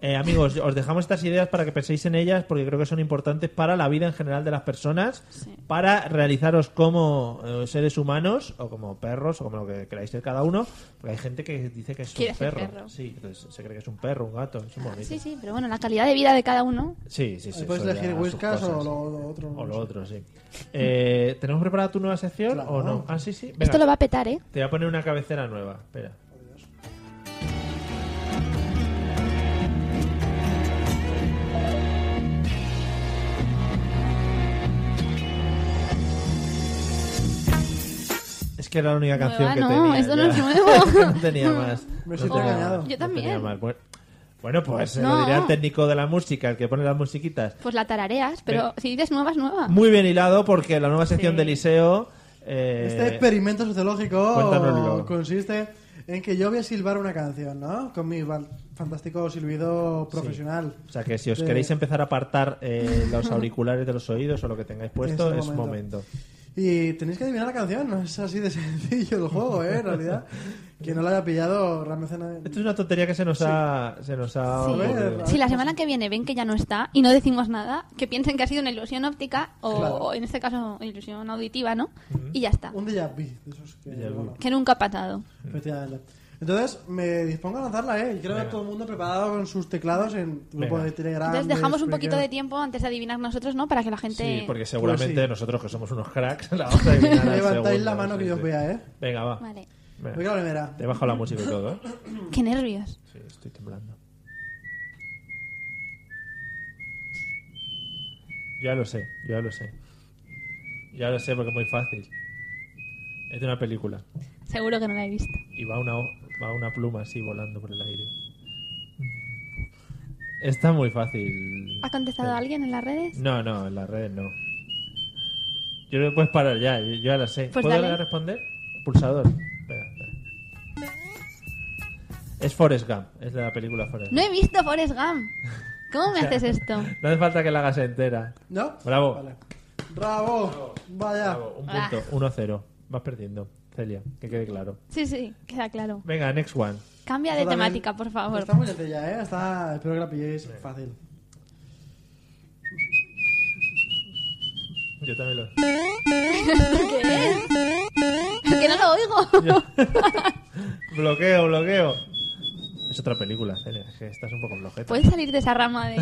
A: Eh, amigos, os dejamos estas ideas para que penséis en ellas porque creo que son importantes para la vida en general de las personas,
C: Sí.
A: para realizaros como eh, seres humanos o como perros o como lo que queráis ser cada uno, porque hay gente que dice que es
C: Quiere
A: un
C: ser
A: perro.
C: perro.
A: Sí, entonces se cree que es un perro, un gato, es un bonito.
C: Sí, sí, pero bueno, la calidad de vida de cada uno.
A: Sí, sí, sí.
B: Ahí Puedes
A: eso ya
B: elegir
A: sus
B: Whiskas o
A: cosas.
B: lo, lo otro.
A: O lo otro, sí. Eh, ¿Tenemos preparada tu nueva sección
B: Claro.
A: o no? Ah, sí, sí. Venga.
C: Esto lo va a petar, ¿eh?
A: Te voy a poner una cabecera nueva, espera. Es que era la única
C: Nueva,
A: canción que
C: no,
A: tenía.
C: esto no
A: ya.
C: es nuevo.
A: no tenía más.
B: Me
A: No
B: siento
A: tenía más,
B: engañado.
C: Yo
A: no tenía
C: también.
A: más. Bueno- Bueno, pues se lo
C: No.
A: diré al técnico de la música, el que pone las musiquitas.
C: Pues la tarareas, pero si dices nueva es nueva.
A: Muy bien hilado porque la nueva sección
C: Sí.
A: de Liceo... eh,
B: Este experimento sociológico
A: cuéntanoslo.
B: consiste en que yo voy a silbar una canción, ¿no? Con mi val- fantástico silbido profesional.
A: O sea que si os
B: De-
A: queréis empezar a apartar eh, los auriculares de los oídos o lo que tengáis puesto,
B: Es el
A: es momento.
B: este momento. Y tenéis que adivinar la canción, no es así de sencillo el juego, ¿eh? En realidad, quien no la haya pillado, realmente... no-
A: Esto es una tontería que se nos ha... Se nos ha
C: Sí.
A: ocurrido.
C: Si la semana que viene ven que ya no está y no decimos nada, que piensen que ha sido una ilusión óptica o,
B: Claro.
C: o en este caso ilusión auditiva, ¿no? Y ya está.
B: Un déjà vu, de esos que...
A: Déjà vu.
B: mola.
C: Que nunca ha pasado.
B: Efectivamente. Entonces, me dispongo a lanzarla, ¿eh? Y quiero ver
A: Venga.
B: todo el mundo preparado con sus teclados en grupo
A: Venga.
B: de Telegram.
C: Entonces
B: de
C: dejamos un
B: Spreaker.
C: poquito de tiempo antes de adivinar nosotros, ¿no? Para que la gente...
A: Sí, porque seguramente
B: Pues sí.
A: nosotros que somos unos cracks la vamos a adivinar al
B: Levantáis
A: segundo,
B: la mano que
A: sí,
B: yo os
A: sí.
B: vea, ¿eh?
A: Venga, va.
C: Vale.
A: Venga.
B: Voy con la primera.
A: Te he bajado la música y todo, ¿eh?
C: Qué nervios.
A: Sí, estoy temblando. Ya lo sé, ya lo sé. Ya lo sé porque es muy fácil. Es de una película.
C: Seguro que no la he visto.
A: Y va una, va una pluma así volando por el aire. Está muy fácil.
C: ¿Ha contestado alguien en las redes?
A: No, no, en las redes no. Yo no me puedes parar ya, yo, yo ya la sé.
C: Pues
A: ¿Puedo
C: dale.
A: responder? Pulsador. Espera, espera. Es Forrest Gump, es de la película Forrest
C: No
A: Gump.
C: he visto Forrest Gump. ¿Cómo me haces esto?
A: No hace falta que la hagas entera.
B: ¿No?
A: Bravo.
B: Vale. Bravo. Vaya.
A: Bravo, un
C: Ah.
A: punto, 1-0. Vas perdiendo, Celia, que quede claro.
C: Sí, sí, queda claro.
A: Venga, next one.
C: Cambia de
B: Esto también
C: temática, por favor.
B: Está muy sencilla, ¿eh? Está... Espero que la pilléis fácil.
A: Yo también lo.
C: Que no lo oigo.
A: bloqueo, bloqueo. Es otra película, Celia, es que estás un poco flojeta.
C: ¿Puedes salir de esa rama de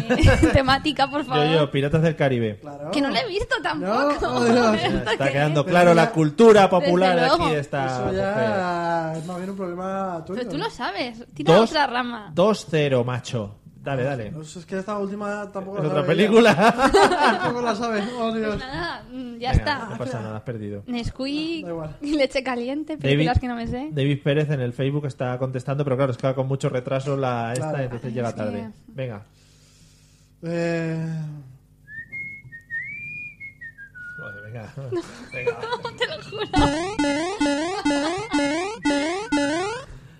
C: temática, por favor?
A: Yo, yo, Piratas del Caribe.
B: Claro.
C: Que no la he visto tampoco.
B: Ah. No, no, no.
C: ¿Esto
A: Está
C: qué
A: quedando
C: es?
B: Pero
A: claro
B: ya-
A: la cultura popular
C: Desde luego.
A: aquí de esta
B: Eso
A: mujer.
B: ya es más bien un problema tuyo.
C: Pero tú
B: ¿no?
C: lo sabes. Tira a
A: Dos-
C: otra rama.
A: 2-0, macho. Dale, dale.
B: No, Es que esta última tampoco
A: Es
B: la
A: otra
B: sabe
A: película.
B: ella. tampoco la sabe. Oh, Dios.
C: Pues nada, mm, ya
A: Venga,
C: está.
A: No pasa nada, has perdido.
C: Nesquik,
B: Da igual.
C: leche caliente, películas que no me sé.
A: David Pérez en el Facebook está contestando, pero claro, es que con mucho retraso la esta,
B: Claro.
A: entonces
C: Ay,
A: llega
C: es
A: tarde. Venga.
B: Eh,
A: Joder, venga. Venga.
C: Te lo juro.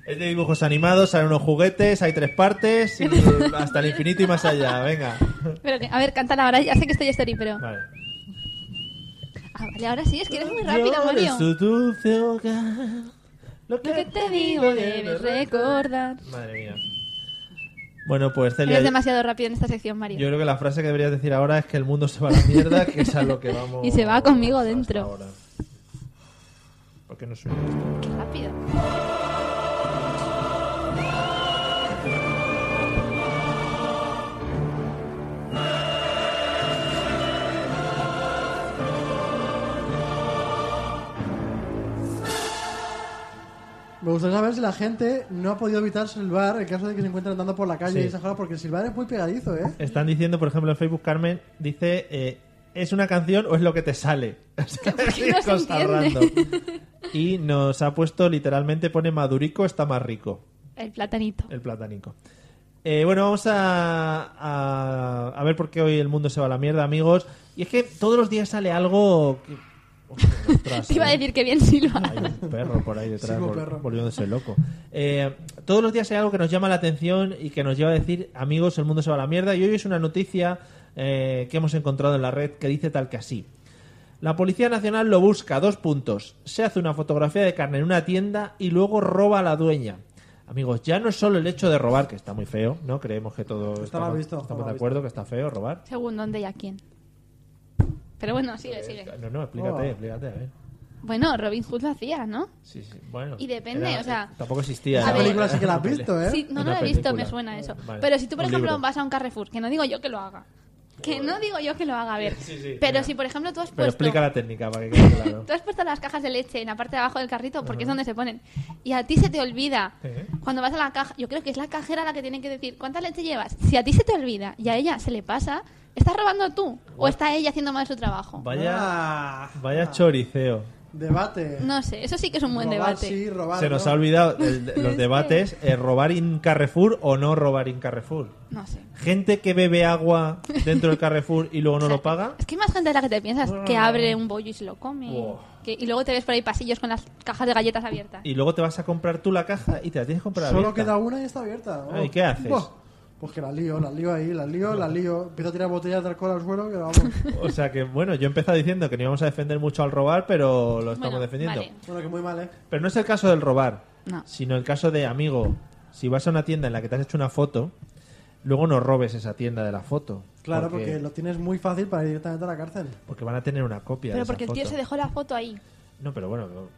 A: Es de dibujos animados, hay unos juguetes, hay tres partes, y hasta el infinito y más allá. Venga.
C: Pero que- a ver, cántala ahora. Ya sé que estoy Story, pero.
A: Vale.
C: Ah, vale, ahora sí, es que eres muy rápido,
A: Yo de
C: Mario.
A: su dulce hogar, lo
C: Lo que te digo debes recordar.
A: Madre mía. Bueno, pues Celia,
C: Eres
A: yo
C: demasiado rápido en esta sección, Mario.
A: creo que la frase que deberías decir ahora es que el mundo se va a la mierda, que es a lo que vamos.
C: Y se va conmigo
A: hasta
C: dentro.
A: ahora. ¿Por qué no suena esto?
C: Qué rápido.
B: me gustaría saber si la gente no ha podido evitar silbar en caso de que se encuentren andando por la calle
A: Sí.
B: y esas cosas, porque silbar es muy pegadizo, ¿eh?
A: Están diciendo, por ejemplo, en Facebook, Carmen dice: eh, ¿es una canción o es lo que te sale? O sea,
C: Porque no se
A: cosas
C: entiende.
A: random. Y nos ha puesto literalmente: pone Madurico está más rico.
C: El platanito.
A: El platánico. Eh, bueno, vamos a, a, a ver por qué hoy el mundo se va a la mierda, amigos. Y es que todos los días sale algo que... Ostras,
C: Te iba a
A: eh.
C: decir que bien silba.
A: Hay un perro por ahí detrás
B: Sigo
A: vol-
B: perro.
A: volviéndose loco. Eh, todos los días hay algo que nos llama la atención y que nos lleva a decir, amigos, el mundo se va a la mierda. Y hoy es una noticia eh, que hemos encontrado en la red que dice tal que así. La Policía Nacional lo busca, dos puntos. Se hace una fotografía de carne en una tienda y luego roba a la dueña. Amigos, ya no es solo el hecho de robar, que está muy feo, ¿no? Creemos que todo estamos,
B: mal visto, está
A: estamos
B: mal
A: de acuerdo que está feo robar.
C: Según dónde y a quién. Pero bueno, sigue, sigue.
A: Eh, No, no, explícate,
B: Oh.
A: explícate, a ver.
C: Bueno, Robin Hood lo hacía, ¿no?
A: Sí, sí, bueno.
C: Y depende, o sea,
A: Tampoco existía.
C: a
B: Esa
A: ¿no?
C: ver.
B: película sí que la has visto, ¿eh?
C: Sí, no, no
A: Una
C: lo he visto,
A: película.
C: me suena eso.
A: Vale.
C: Pero si tú, por
A: Un
C: ejemplo,
A: libro.
C: vas a un Carrefour, que no digo yo que lo haga. Que no digo yo que lo haga, a ver.
A: Sí, sí,
C: pero
A: venga.
C: si, por ejemplo, tú has
A: Pero
C: puesto...
A: explica la técnica para que quede claro.
C: Tú has puesto las cajas de leche en la parte de abajo del carrito porque es donde se ponen. Y a ti se te olvida.
A: Sí.
C: Cuando vas a la caja, yo creo que es la cajera la que tiene que decir cuánta leche llevas. Si a ti se te olvida y a ella se le pasa, ¿estás robando tú o está ella haciendo mal su trabajo?
A: Vaya,
B: Ah,
A: vaya choriceo.
B: Debate.
C: No sé, eso sí que es un buen
B: Robar
C: debate.
B: sí, robar
A: Se nos
B: no.
A: ha olvidado el- los debates, eh, robar en Carrefour o no robar en Carrefour.
C: No sé.
A: Gente que bebe agua dentro del Carrefour y luego no lo paga.
C: Es que hay más gente de la que te piensas que abre un bollo y se lo come.
A: Buah.
C: Que- y luego te ves por ahí pasillos con las cajas de galletas abiertas.
A: Y luego te vas a comprar tú la caja y te la tienes que comprar
B: Solo
A: abierta.
B: queda una y está abierta. Oh,
A: Ah, ¿y qué haces?
B: Buah. Pues que la lío, la lío ahí, la lío, la lío. Empiezo a tirar botellas de alcohol al suelo que vamos.
A: O sea que, bueno, yo he empezado diciendo que no íbamos a defender mucho al robar, pero lo estamos
C: Bueno,
A: defendiendo.
C: vale.
B: bueno, que muy mal, ¿eh?
A: Pero no es el caso del robar,
C: No.
A: sino el caso de, amigo, si vas a una tienda en la que te has hecho una foto, luego no robes esa tienda de la foto.
B: Claro, porque... lo tienes muy fácil para ir directamente a la cárcel.
A: porque van a tener una copia de
C: Pero
A: esa
C: porque el tío
A: foto.
C: se dejó la foto ahí.
A: No, pero bueno, no.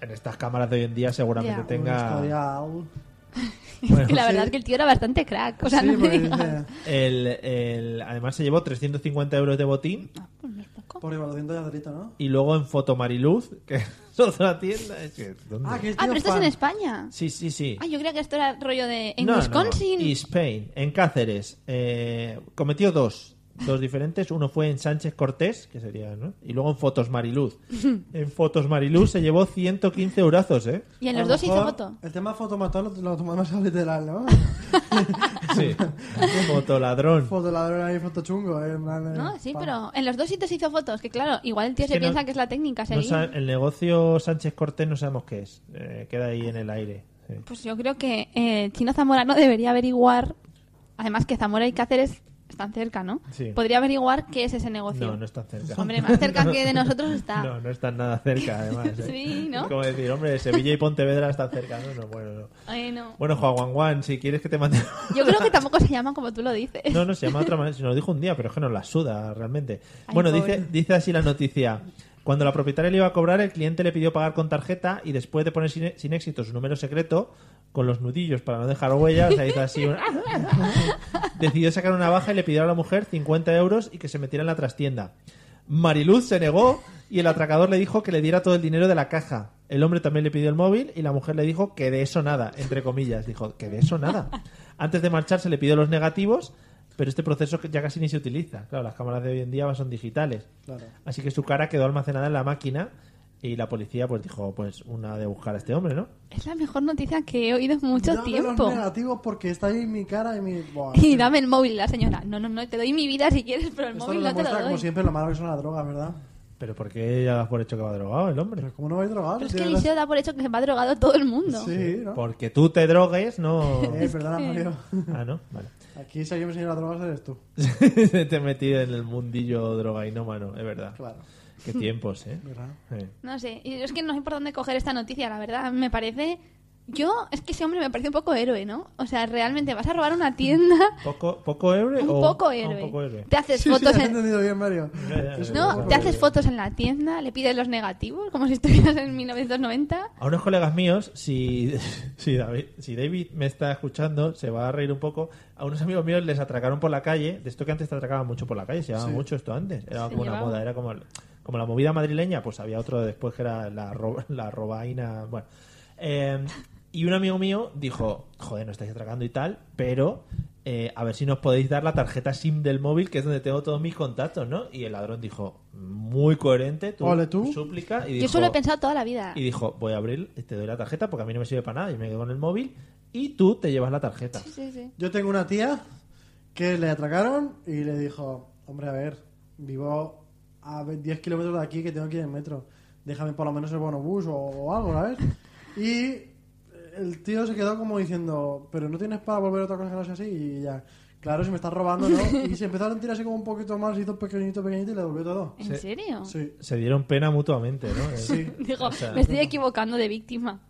A: en estas cámaras de hoy en día seguramente
C: Ya.
A: tenga...
B: Un historial.
A: Bueno,
C: Y la
B: sí.
C: verdad es que el tío era bastante crack. O sea,
B: sí,
C: no me
B: porque
C: digas.
B: dice,
A: el, el- además se llevó 350 euros de botín
C: Ah, pues muy poco.
B: por evaluación de delito, ¿no?
A: y luego en Foto Mariluz, que es otra tienda. es que, ¿dónde?
B: Ah, que
C: Ah, pero esto es en España.
A: Sí, sí, sí.
C: Ah, yo creía que esto era rollo de. En
A: No, no,
C: Wisconsin.
A: Y Spain, en Cáceres. eh, cometió dos. Dos diferentes. Uno fue en Sánchez Cortés, que sería, ¿no? Y luego en Fotos Mariluz. En Fotos Mariluz se llevó 115 eurazos, ¿eh?
C: Y en los dos se hizo foto.
B: El tema fotomatón lo, lo tomamos demasiado literal, ¿no?
A: Sí. Fotoladrón.
B: Fotoladrón ahí, fotochungo, ¿eh? En plan, eh,
C: No, sí,
B: pa.
C: pero en los dos sitios se hizo fotos. Que claro, igual el tío
A: Es
C: se
A: que no-
C: piensa que es la técnica.
A: No
C: seguir.
A: sa- el negocio Sánchez Cortés no sabemos qué es. Eh, queda ahí en el aire. Sí.
C: Pues yo creo que eh, Chino Zamorano debería averiguar. Además, que Zamora y Cáceres están cerca, ¿no?
A: Sí.
C: Podría averiguar qué es ese negocio.
A: No, no están cerca.
C: Hombre, más cerca que de nosotros está.
A: No, no están nada cerca, además. ¿eh?
C: Sí, ¿no?
A: Es Como decir, hombre, Sevilla y Pontevedra están cerca. No, no, bueno, no.
C: Ay, no.
A: Bueno, Juan Juan Juan, si quieres que te mande...
C: Yo creo que tampoco se llama como tú lo dices.
A: No, no, se llama de otra manera. Se nos dijo un día, pero es que nos la suda, realmente.
C: Ay,
A: Bueno,
C: pobre.
A: dice, dice así la noticia. Cuando la propietaria le iba a cobrar, el cliente le pidió pagar con tarjeta y después de poner sin, sin éxito su número secreto, con los nudillos para no dejar huellas, o sea, hizo así... un- Decidió sacar una baja y le pidió a la mujer 50 euros y que se metiera en la trastienda. Mariluz se negó y el atracador le dijo que le diera todo el dinero de la caja. El hombre también le pidió el móvil y la mujer le dijo que de eso nada, entre comillas. Dijo que de eso nada. Antes de marcharse le pidió los negativos, pero este proceso que ya casi ni se utiliza. Claro, las cámaras de hoy en día son digitales.
B: Claro.
A: Así que su cara quedó almacenada en la máquina y la policía pues dijo, pues una de buscar a este hombre, ¿no?
C: Es la mejor noticia que he oído en mucho
B: Dame
C: tiempo.
B: los negativos porque está ahí mi cara y mi... Buah,
C: Y dame el móvil, la señora. No, no, no, te doy mi vida si quieres, pero el
B: Esto
C: móvil
B: nos
C: no te lo
B: demuestra, como
C: doy.
B: siempre, lo malo que son las drogas, ¿verdad?
A: Pero ¿por qué ya das por hecho que va drogado el hombre?
B: Pero como no vais drogados...
C: Pero es
B: si
C: que
B: tienes
C: Eliseo da por hecho que se me ha drogado todo el mundo.
B: las- Sí, ¿no?
A: Porque tú te drogues, no...
B: Eh, perdona, Mario.
A: Ah, ¿no? Vale.
B: Aquí si alguien me enseña las drogas eres tú.
A: te he metido en el mundillo drogainómano, es verdad.
B: Claro.
A: Qué tiempos, ¿eh?
B: ¿Verdad?
A: Eh.
C: No sé, y es que no sé por dónde coger esta noticia, la verdad. Me parece. Yo, es que ese hombre me parece un poco héroe, ¿no? O sea, realmente vas a robar una tienda.
A: ¿Poco, poco héroe
C: Un
A: o
C: poco
A: ah,
C: héroe.
A: Un poco héroe.
C: Te haces
B: Sí, sí,
C: fotos
B: has
C: en.
B: entendido bien, Mario.
A: Ya, ya, ya, ya,
C: ¿No?
A: ya.
C: Te haces fotos en la tienda, le pides los negativos, como si estuvieras en 1990.
A: A unos colegas míos, si, si, David, si David me está escuchando, se va a reír un poco. A unos amigos míos les atracaron por la calle, de esto que antes te atracaban mucho por la calle, se llevaba
B: Sí.
A: mucho esto antes, era
C: Se
A: como una
C: llevaba.
A: moda, era como, el- como la movida madrileña, pues había otro después que era la, ro- la robaina, bueno. Eh, y un amigo mío dijo, joder, nos estáis atracando y tal, pero eh, a ver si nos podéis dar la tarjeta SIM del móvil, que es donde tengo todos mis contactos, ¿no? Y el ladrón dijo, muy coherente, tú,
B: Ole, tú.
A: súplica. Y
C: Yo
A: dijo,
C: eso lo he pensado toda la vida.
A: y dijo, voy a abrir, te doy la tarjeta porque a mí no me sirve para nada. Y me quedo con el móvil y tú te llevas la tarjeta.
C: Sí, sí, sí.
B: Yo tengo una tía que le atracaron y le dijo, hombre, a ver, vivo a ve- 10 kilómetros de aquí que tengo que ir en metro. Déjame por lo menos el bonobús o, o algo, ¿sabes? Y el tío se quedó como diciendo, pero no tienes para volver a otra cosa que no sea así. Y ya, claro, si me estás robando, ¿no? Y se empezó a sentir así como un poquito mal, se hizo pequeñito, pequeñito y le devolvió todo.
C: ¿En serio?
B: Sí,
A: Se dieron pena mutuamente, ¿no?
B: sí.
C: Digo,
A: O sea,
C: me estoy equivocando de víctima.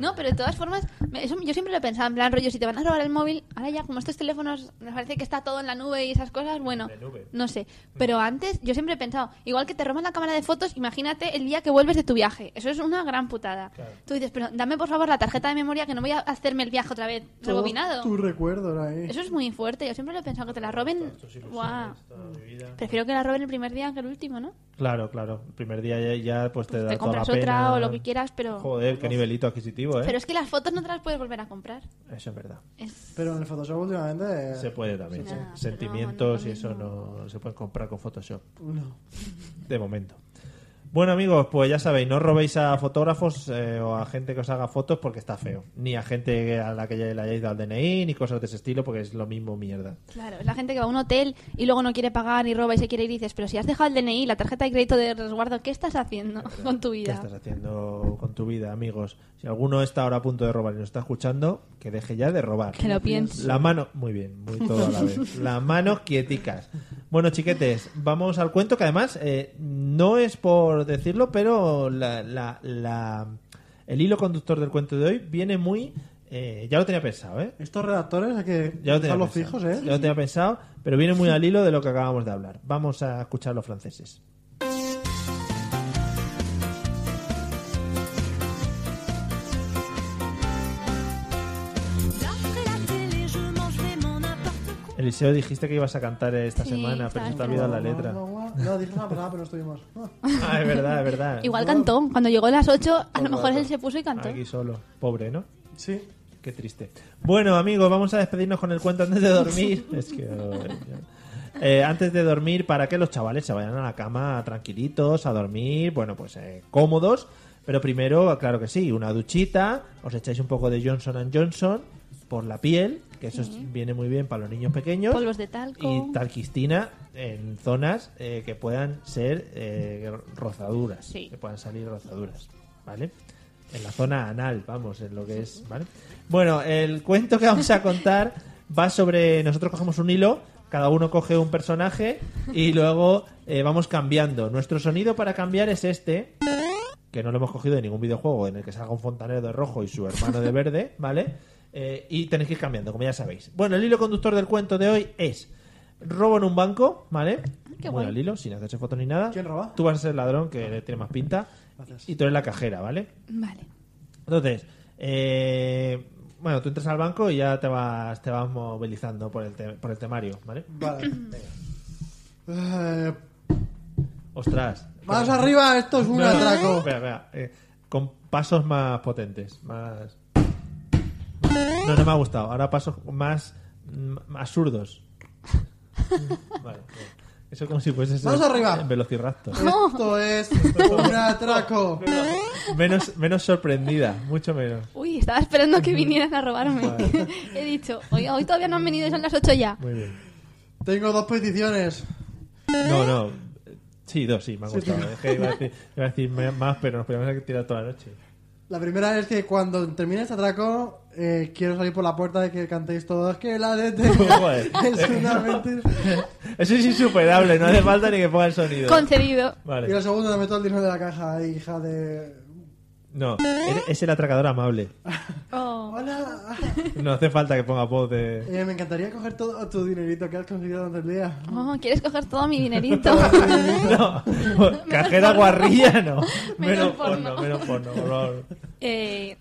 C: No, pero de todas formas, me- eso yo siempre lo he pensado, en plan rollo, si te van a robar el móvil, ahora ya como estos teléfonos, me parece que está todo en la nube y esas cosas, bueno,
A: En la nube.
C: no sé. Pero antes yo siempre he pensado, igual que te roban la cámara de fotos, imagínate el día que vuelves de tu viaje, eso es una gran putada.
A: Claro.
C: Tú dices, pero dame por favor la tarjeta de memoria que no voy a hacerme el viaje otra vez rebobinado.
B: Tu recuerdo era ahí.
C: Eso es muy fuerte, yo siempre lo he pensado, que te la roben...
A: ¿eh?
C: Guau. Prefiero que la roben el primer día que el último, ¿no?
A: Claro, claro. El primer día ya, ya, pues te da
C: Te
A: toda la
C: compras otra
A: pena.
C: o lo que quieras, pero...
A: Joder, qué nivelito adquisitivo, ¿eh?
C: Pero es que las fotos no te las puedes volver a comprar.
A: Eso es verdad.
C: Es-
B: Pero en el Photoshop últimamente... eh,
A: Se puede también.
C: Sí. Nah,
A: Sentimientos
C: pero
A: y
C: no,
A: eso
C: no,
A: no se pueden comprar con Photoshop.
B: No.
A: De momento. Bueno amigos, pues ya sabéis, no robéis a fotógrafos eh, o a gente que os haga fotos porque está feo. Ni a gente a la que ya le hayáis dado el DNI, ni cosas de ese estilo porque es lo mismo mierda.
C: Claro, es la gente que va a un hotel y luego no quiere pagar y roba y se quiere ir y dices, pero si has dejado el DNI, la tarjeta de crédito de resguardo, ¿qué estás haciendo con tu
A: ¿Qué
C: vida?
A: estás haciendo con tu vida, amigos? Si alguno está ahora a punto de robar y nos está escuchando, que deje ya de robar.
C: Que lo piense.
A: La mano, muy bien, muy todo a la vez. Las manos quieticas. Bueno, chiquetes, vamos al cuento que además eh, no es por decirlo, pero la, la- la- el hilo conductor del cuento de hoy viene muy... eh, ya lo tenía pensado, ¿eh?
B: Estos redactores hay que
A: Ya lo tenía
B: usar los
A: pensado.
B: fijos, ¿eh?
A: Ya lo tenía pensado, pero viene muy al hilo de lo que acabamos de hablar. Vamos a escuchar a los franceses. Eliseo, dijiste que ibas a cantar esta
C: Sí,
A: semana, pero
C: claro.
A: se te ha olvidado la letra.
B: No, no, no, dije una palabra, pero no estuvimos. Ah,
A: Ah, es verdad, es verdad.
C: Igual cantó, cuando llegó a las 8, a lo mejor
A: rato.
C: él se puso y cantó.
A: Aquí solo. Pobre, ¿no?
B: Sí.
A: Qué triste. Bueno, amigos, vamos a despedirnos con el cuento antes de dormir. Es que, oh, ya. Eh, antes de dormir, para que los chavales se vayan a la cama tranquilitos, a dormir, bueno, pues eh, cómodos. Pero primero, claro que sí, una duchita, os echáis un poco de Johnson Johnson por la piel, que eso es- viene muy bien para los niños pequeños.
C: Polvos de talco.
A: Y talquistina en zonas eh, que puedan ser eh, rozaduras,
C: Sí.
A: que puedan salir rozaduras, ¿vale? En la zona anal, vamos, en lo que es, ¿vale? Bueno, el cuento que vamos a contar va sobre nosotros cogemos un hilo, cada uno coge un personaje y luego eh, vamos cambiando. Nuestro sonido para cambiar es este que no lo hemos cogido de ningún videojuego en el que salga un fontanero de rojo y su hermano de verde, ¿vale? Eh, y tenéis que ir cambiando, como ya sabéis. Bueno, el hilo conductor del cuento de hoy es robo en un banco, ¿vale?
C: Ah, Qué
A: bueno,
C: guay.
A: el hilo, sin hacerse fotos ni nada.
B: ¿Quién roba?
A: Tú vas a ser el ladrón, que tiene más pinta,
B: Gracias.
A: y tú eres la cajera, ¿vale?
C: Vale.
A: Entonces, eh, bueno, tú entras al banco y ya te vas, te vas movilizando por el, te- por el temario, ¿vale?
B: Vale. Eh,
A: Ostras.
B: más arriba, esto es un
A: No, no,
B: atraco.
A: espera, espera. Eh, con pasos más potentes, más... No, no me ha gustado. Ahora pasos más mm, absurdos. Mm, Vale, bien. Eso como si fuese
B: Vamos arriba.
A: en Velociraptor.
B: Esto es un atraco.
A: Menos, menos sorprendida, mucho menos.
C: Uy, estaba esperando que vinieran a robarme. He dicho, oiga, hoy todavía no han venido y son las 8 ya.
A: Muy bien.
B: Tengo dos peticiones.
A: No, no. Sí, dos, sí, me ha gustado. Es que iba a decir, iba a decir más, pero nos podíamos tirar toda la noche.
B: La primera es que cuando termine este atraco, eh, quiero salir por la puerta y que cantéis todos que la detengo.
A: Joder.
B: es una mentira.
A: Eso es insuperable, no hace falta ni que ponga el sonido.
C: Concedido.
B: Y la
A: Vale.
B: segunda, me meto el dinero de la caja, ahí, hija de.
A: No, er- es el atracador amable.
C: Oh.
B: Hola.
A: No hace falta que ponga voz de...
B: Eh, me encantaría coger todo tu dinerito que has conseguido durante el día.
C: Oh, ¿Quieres coger todo mi dinerito?
A: No, cajera guarrilla no. Menos,
C: Menos
A: porno,
C: porno.
A: menos porno, por favor.
C: Eh,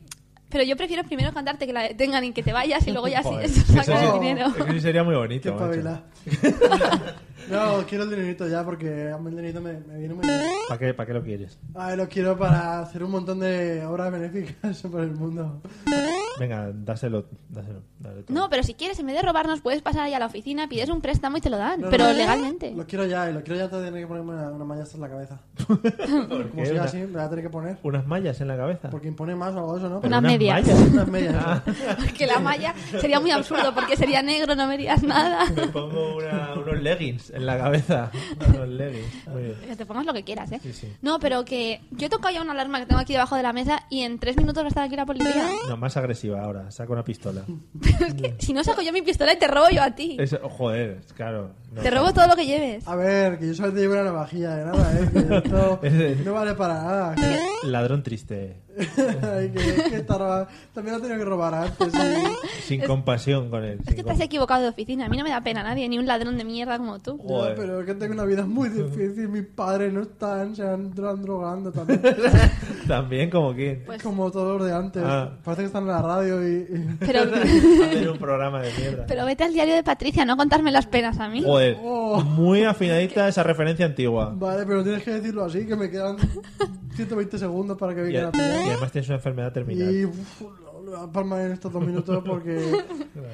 C: pero yo prefiero primero cantarte que la detengan y que te vayas y luego ya
A: Joder,
C: sí,
A: es que
C: sacas el
A: eso-
C: dinero.
A: Es que sí sería muy
B: Qué
A: bonito. macho.
B: pavila. no, quiero el dinerito ya porque a mí el dinerito me, me viene muy bien.
A: ¿Para qué, ¿Para qué lo quieres?
B: Ah, lo quiero para hacer un montón de obras benéficas por el mundo.
A: Venga, dáselo. dáselo dale todo.
C: No, pero si quieres, en vez de robarnos, puedes pasar ahí a la oficina, pides un préstamo y te lo dan,
B: No, no,
C: pero
B: no.
C: legalmente.
B: Lo quiero ya, y lo quiero ya tener que ponerme una, una malla hasta en la cabeza.
A: ¿Por
B: Como
A: qué?
B: siga
A: Una-
B: así, me la voy a tener que poner.
A: unas mallas en la cabeza.
B: Porque impone más o algo de eso, ¿no?
A: Pero
C: Una
A: unas
C: media.
A: mallas.
B: Unas medias.
C: Porque la malla sería muy absurdo, porque sería negro, no verías nada.
A: Me pongo una- unos leggings en la cabeza. Unos leggings. Muy bien.
C: Que te pongas lo que quieras, ¿eh?
A: Sí, sí.
C: No, pero que yo he tocado ya una alarma que tengo aquí debajo de la mesa y en tres minutos va a estar aquí la policía.
A: No, más agresiva ahora. Saca una pistola.
C: Es que si no saco yo mi pistola y te robo yo a ti.
A: Eso- oh, joder, claro. no.
C: Te robo todo lo que lleves.
B: A ver, que yo solamente llevo una navajilla de nada, ¿eh? Que esto no vale para nada. Que-
A: Ladrón triste.
B: Ay, que, que está roba- También lo tenía que robar antes. ¿eh?
A: Sin compasión con él.
C: Es
A: sin
C: que te
A: com-
C: has equivocado de oficina. A mí no me da pena nadie, ni un ladrón de mierda como tú.
B: No,
A: Joder.
B: pero es que tengo una vida muy difícil. Mis padres no están, se han dro- han drogando también.
A: También como quien.
C: Pues-
B: Como todos los de antes.
A: Ah.
B: Parece que están en la radio y. y-
C: Pero,
A: Hacer un programa de mierda.
C: pero vete al diario de Patricia, no contarme las penas a mí.
A: Joder.
B: Oh.
A: Muy afinadita esa referencia antigua.
B: Vale, pero tienes que decirlo así, que me quedan 120 segundos para que
A: Y,
B: venga
A: a-
B: la primera.
A: y además tienes una enfermedad terminal.
B: Y uf, lo- lo voy a palmar en estos dos minutos porque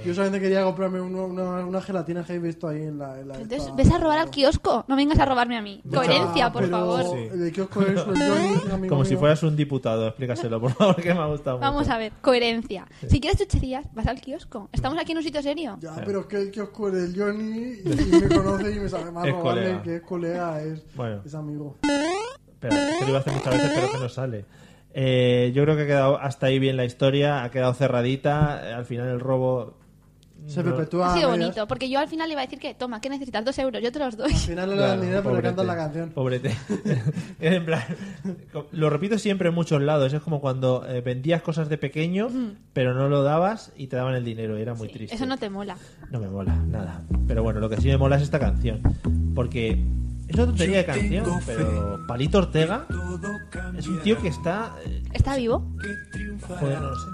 B: yo solamente quería comprarme uno- una, una gelatina que he visto ahí en la. En la
C: Pero Entonces,
B: esta-
C: ves a robar al kiosco, no vengas a robarme a mí.
A: Mucha-
C: Coherencia,
B: Ah,
C: por
B: pero
C: favor.
A: Sí.
B: El de kiosco es lo yo, amigo
A: Como si
B: mío.
A: fueras un diputado. Explícaselo, por favor, que me ha gustado
C: Vamos
A: mucho.
C: a ver, coherencia. Si quieres chucherías, vas al kiosco. Estamos aquí en un sitio serio.
A: Eh.
B: Ya, pero es que el kiosco es del Johnny y me conoce y me sabe más
A: Es
B: robarle
A: colega.
B: que es colega, es,
A: Bueno.
B: es amigo.
A: Espera, que lo iba a hacer muchas veces, pero que no sale. Eh, yo creo que ha quedado hasta ahí bien la historia, ha quedado cerradita. eh, Al final el robo.
B: Se
A: no-
B: perpetúa.
C: Ha sido
B: a medias.
C: bonito, porque yo al final le iba a decir que, toma, que necesitas dos euros, yo te los doy.
B: Al final no le
A: Claro,
B: dan dinero, pero le
A: pobrete,
B: cantan la canción.
A: Pobrete. En plan, lo repito siempre en muchos lados. Es como cuando eh, vendías cosas de pequeño, pero no lo dabas y te daban el dinero. y Era muy triste.
C: Eso no te mola.
A: No me mola, nada. Pero bueno, lo que sí me mola es esta canción. Porque es una tontería de canción, pero Palito Ortega es un tío que está. eh,
C: ¿Está vivo?
A: joder, no lo sé.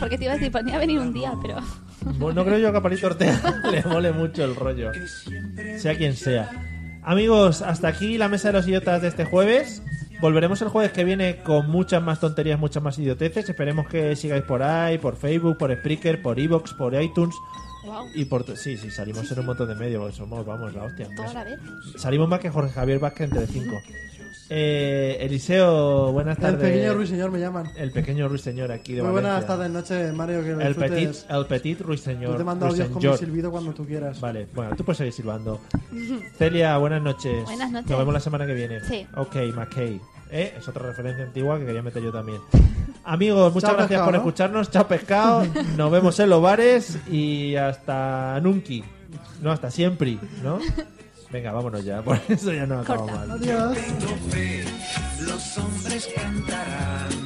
C: Porque te iba a decir, "Pues podría venir un día, pero...
A: Bueno, no creo yo que a Palito Ortega le mole mucho el rollo. Sea quien sea. Amigos, hasta aquí la mesa de los idiotas de este jueves. Volveremos el jueves que viene con muchas más tonterías, muchas más idioteces. Esperemos que sigáis por ahí, por Facebook, por Spreaker, por Evox, por iTunes
C: Wow.
A: y por... t- Sí, sí, salimos en un montón de medios, porque somos, vamos, la hostia.
C: Toda la vez.
A: Salimos más que Jorge Javier Vázquez entre cinco. Eh, Eliseo, buenas
B: El
A: tardes.
B: pequeño Ruiseñor me llaman.
A: El pequeño Ruiseñor aquí de
B: Muy
A: Valencia.
B: buenas tardes, noches, Mario, que lo
A: El
B: disfrutes.
A: petit, el petit Ruiseñor.
B: Yo te mando audios con mi
A: Ruiseñor.
B: silbido cuando tú quieras.
A: Vale, bueno, tú puedes seguir silbando. Celia, buenas noches.
C: Buenas noches.
A: Nos vemos la semana que viene.
C: Sí.
A: Ok, McKay. ¿Eh? Es otra referencia antigua que quería meter yo también. Amigos, muchas
B: Chao,
A: gracias
B: pescado,
A: por
B: ¿no?
A: escucharnos. Chao pescado. Nos vemos en los bares y hasta nunca. No, hasta siempre, ¿no? Venga, vámonos ya. Por eso ya no acabamos
C: Corta.
A: mal.
B: Adiós.
D: Tengo fe, los hombres cantarán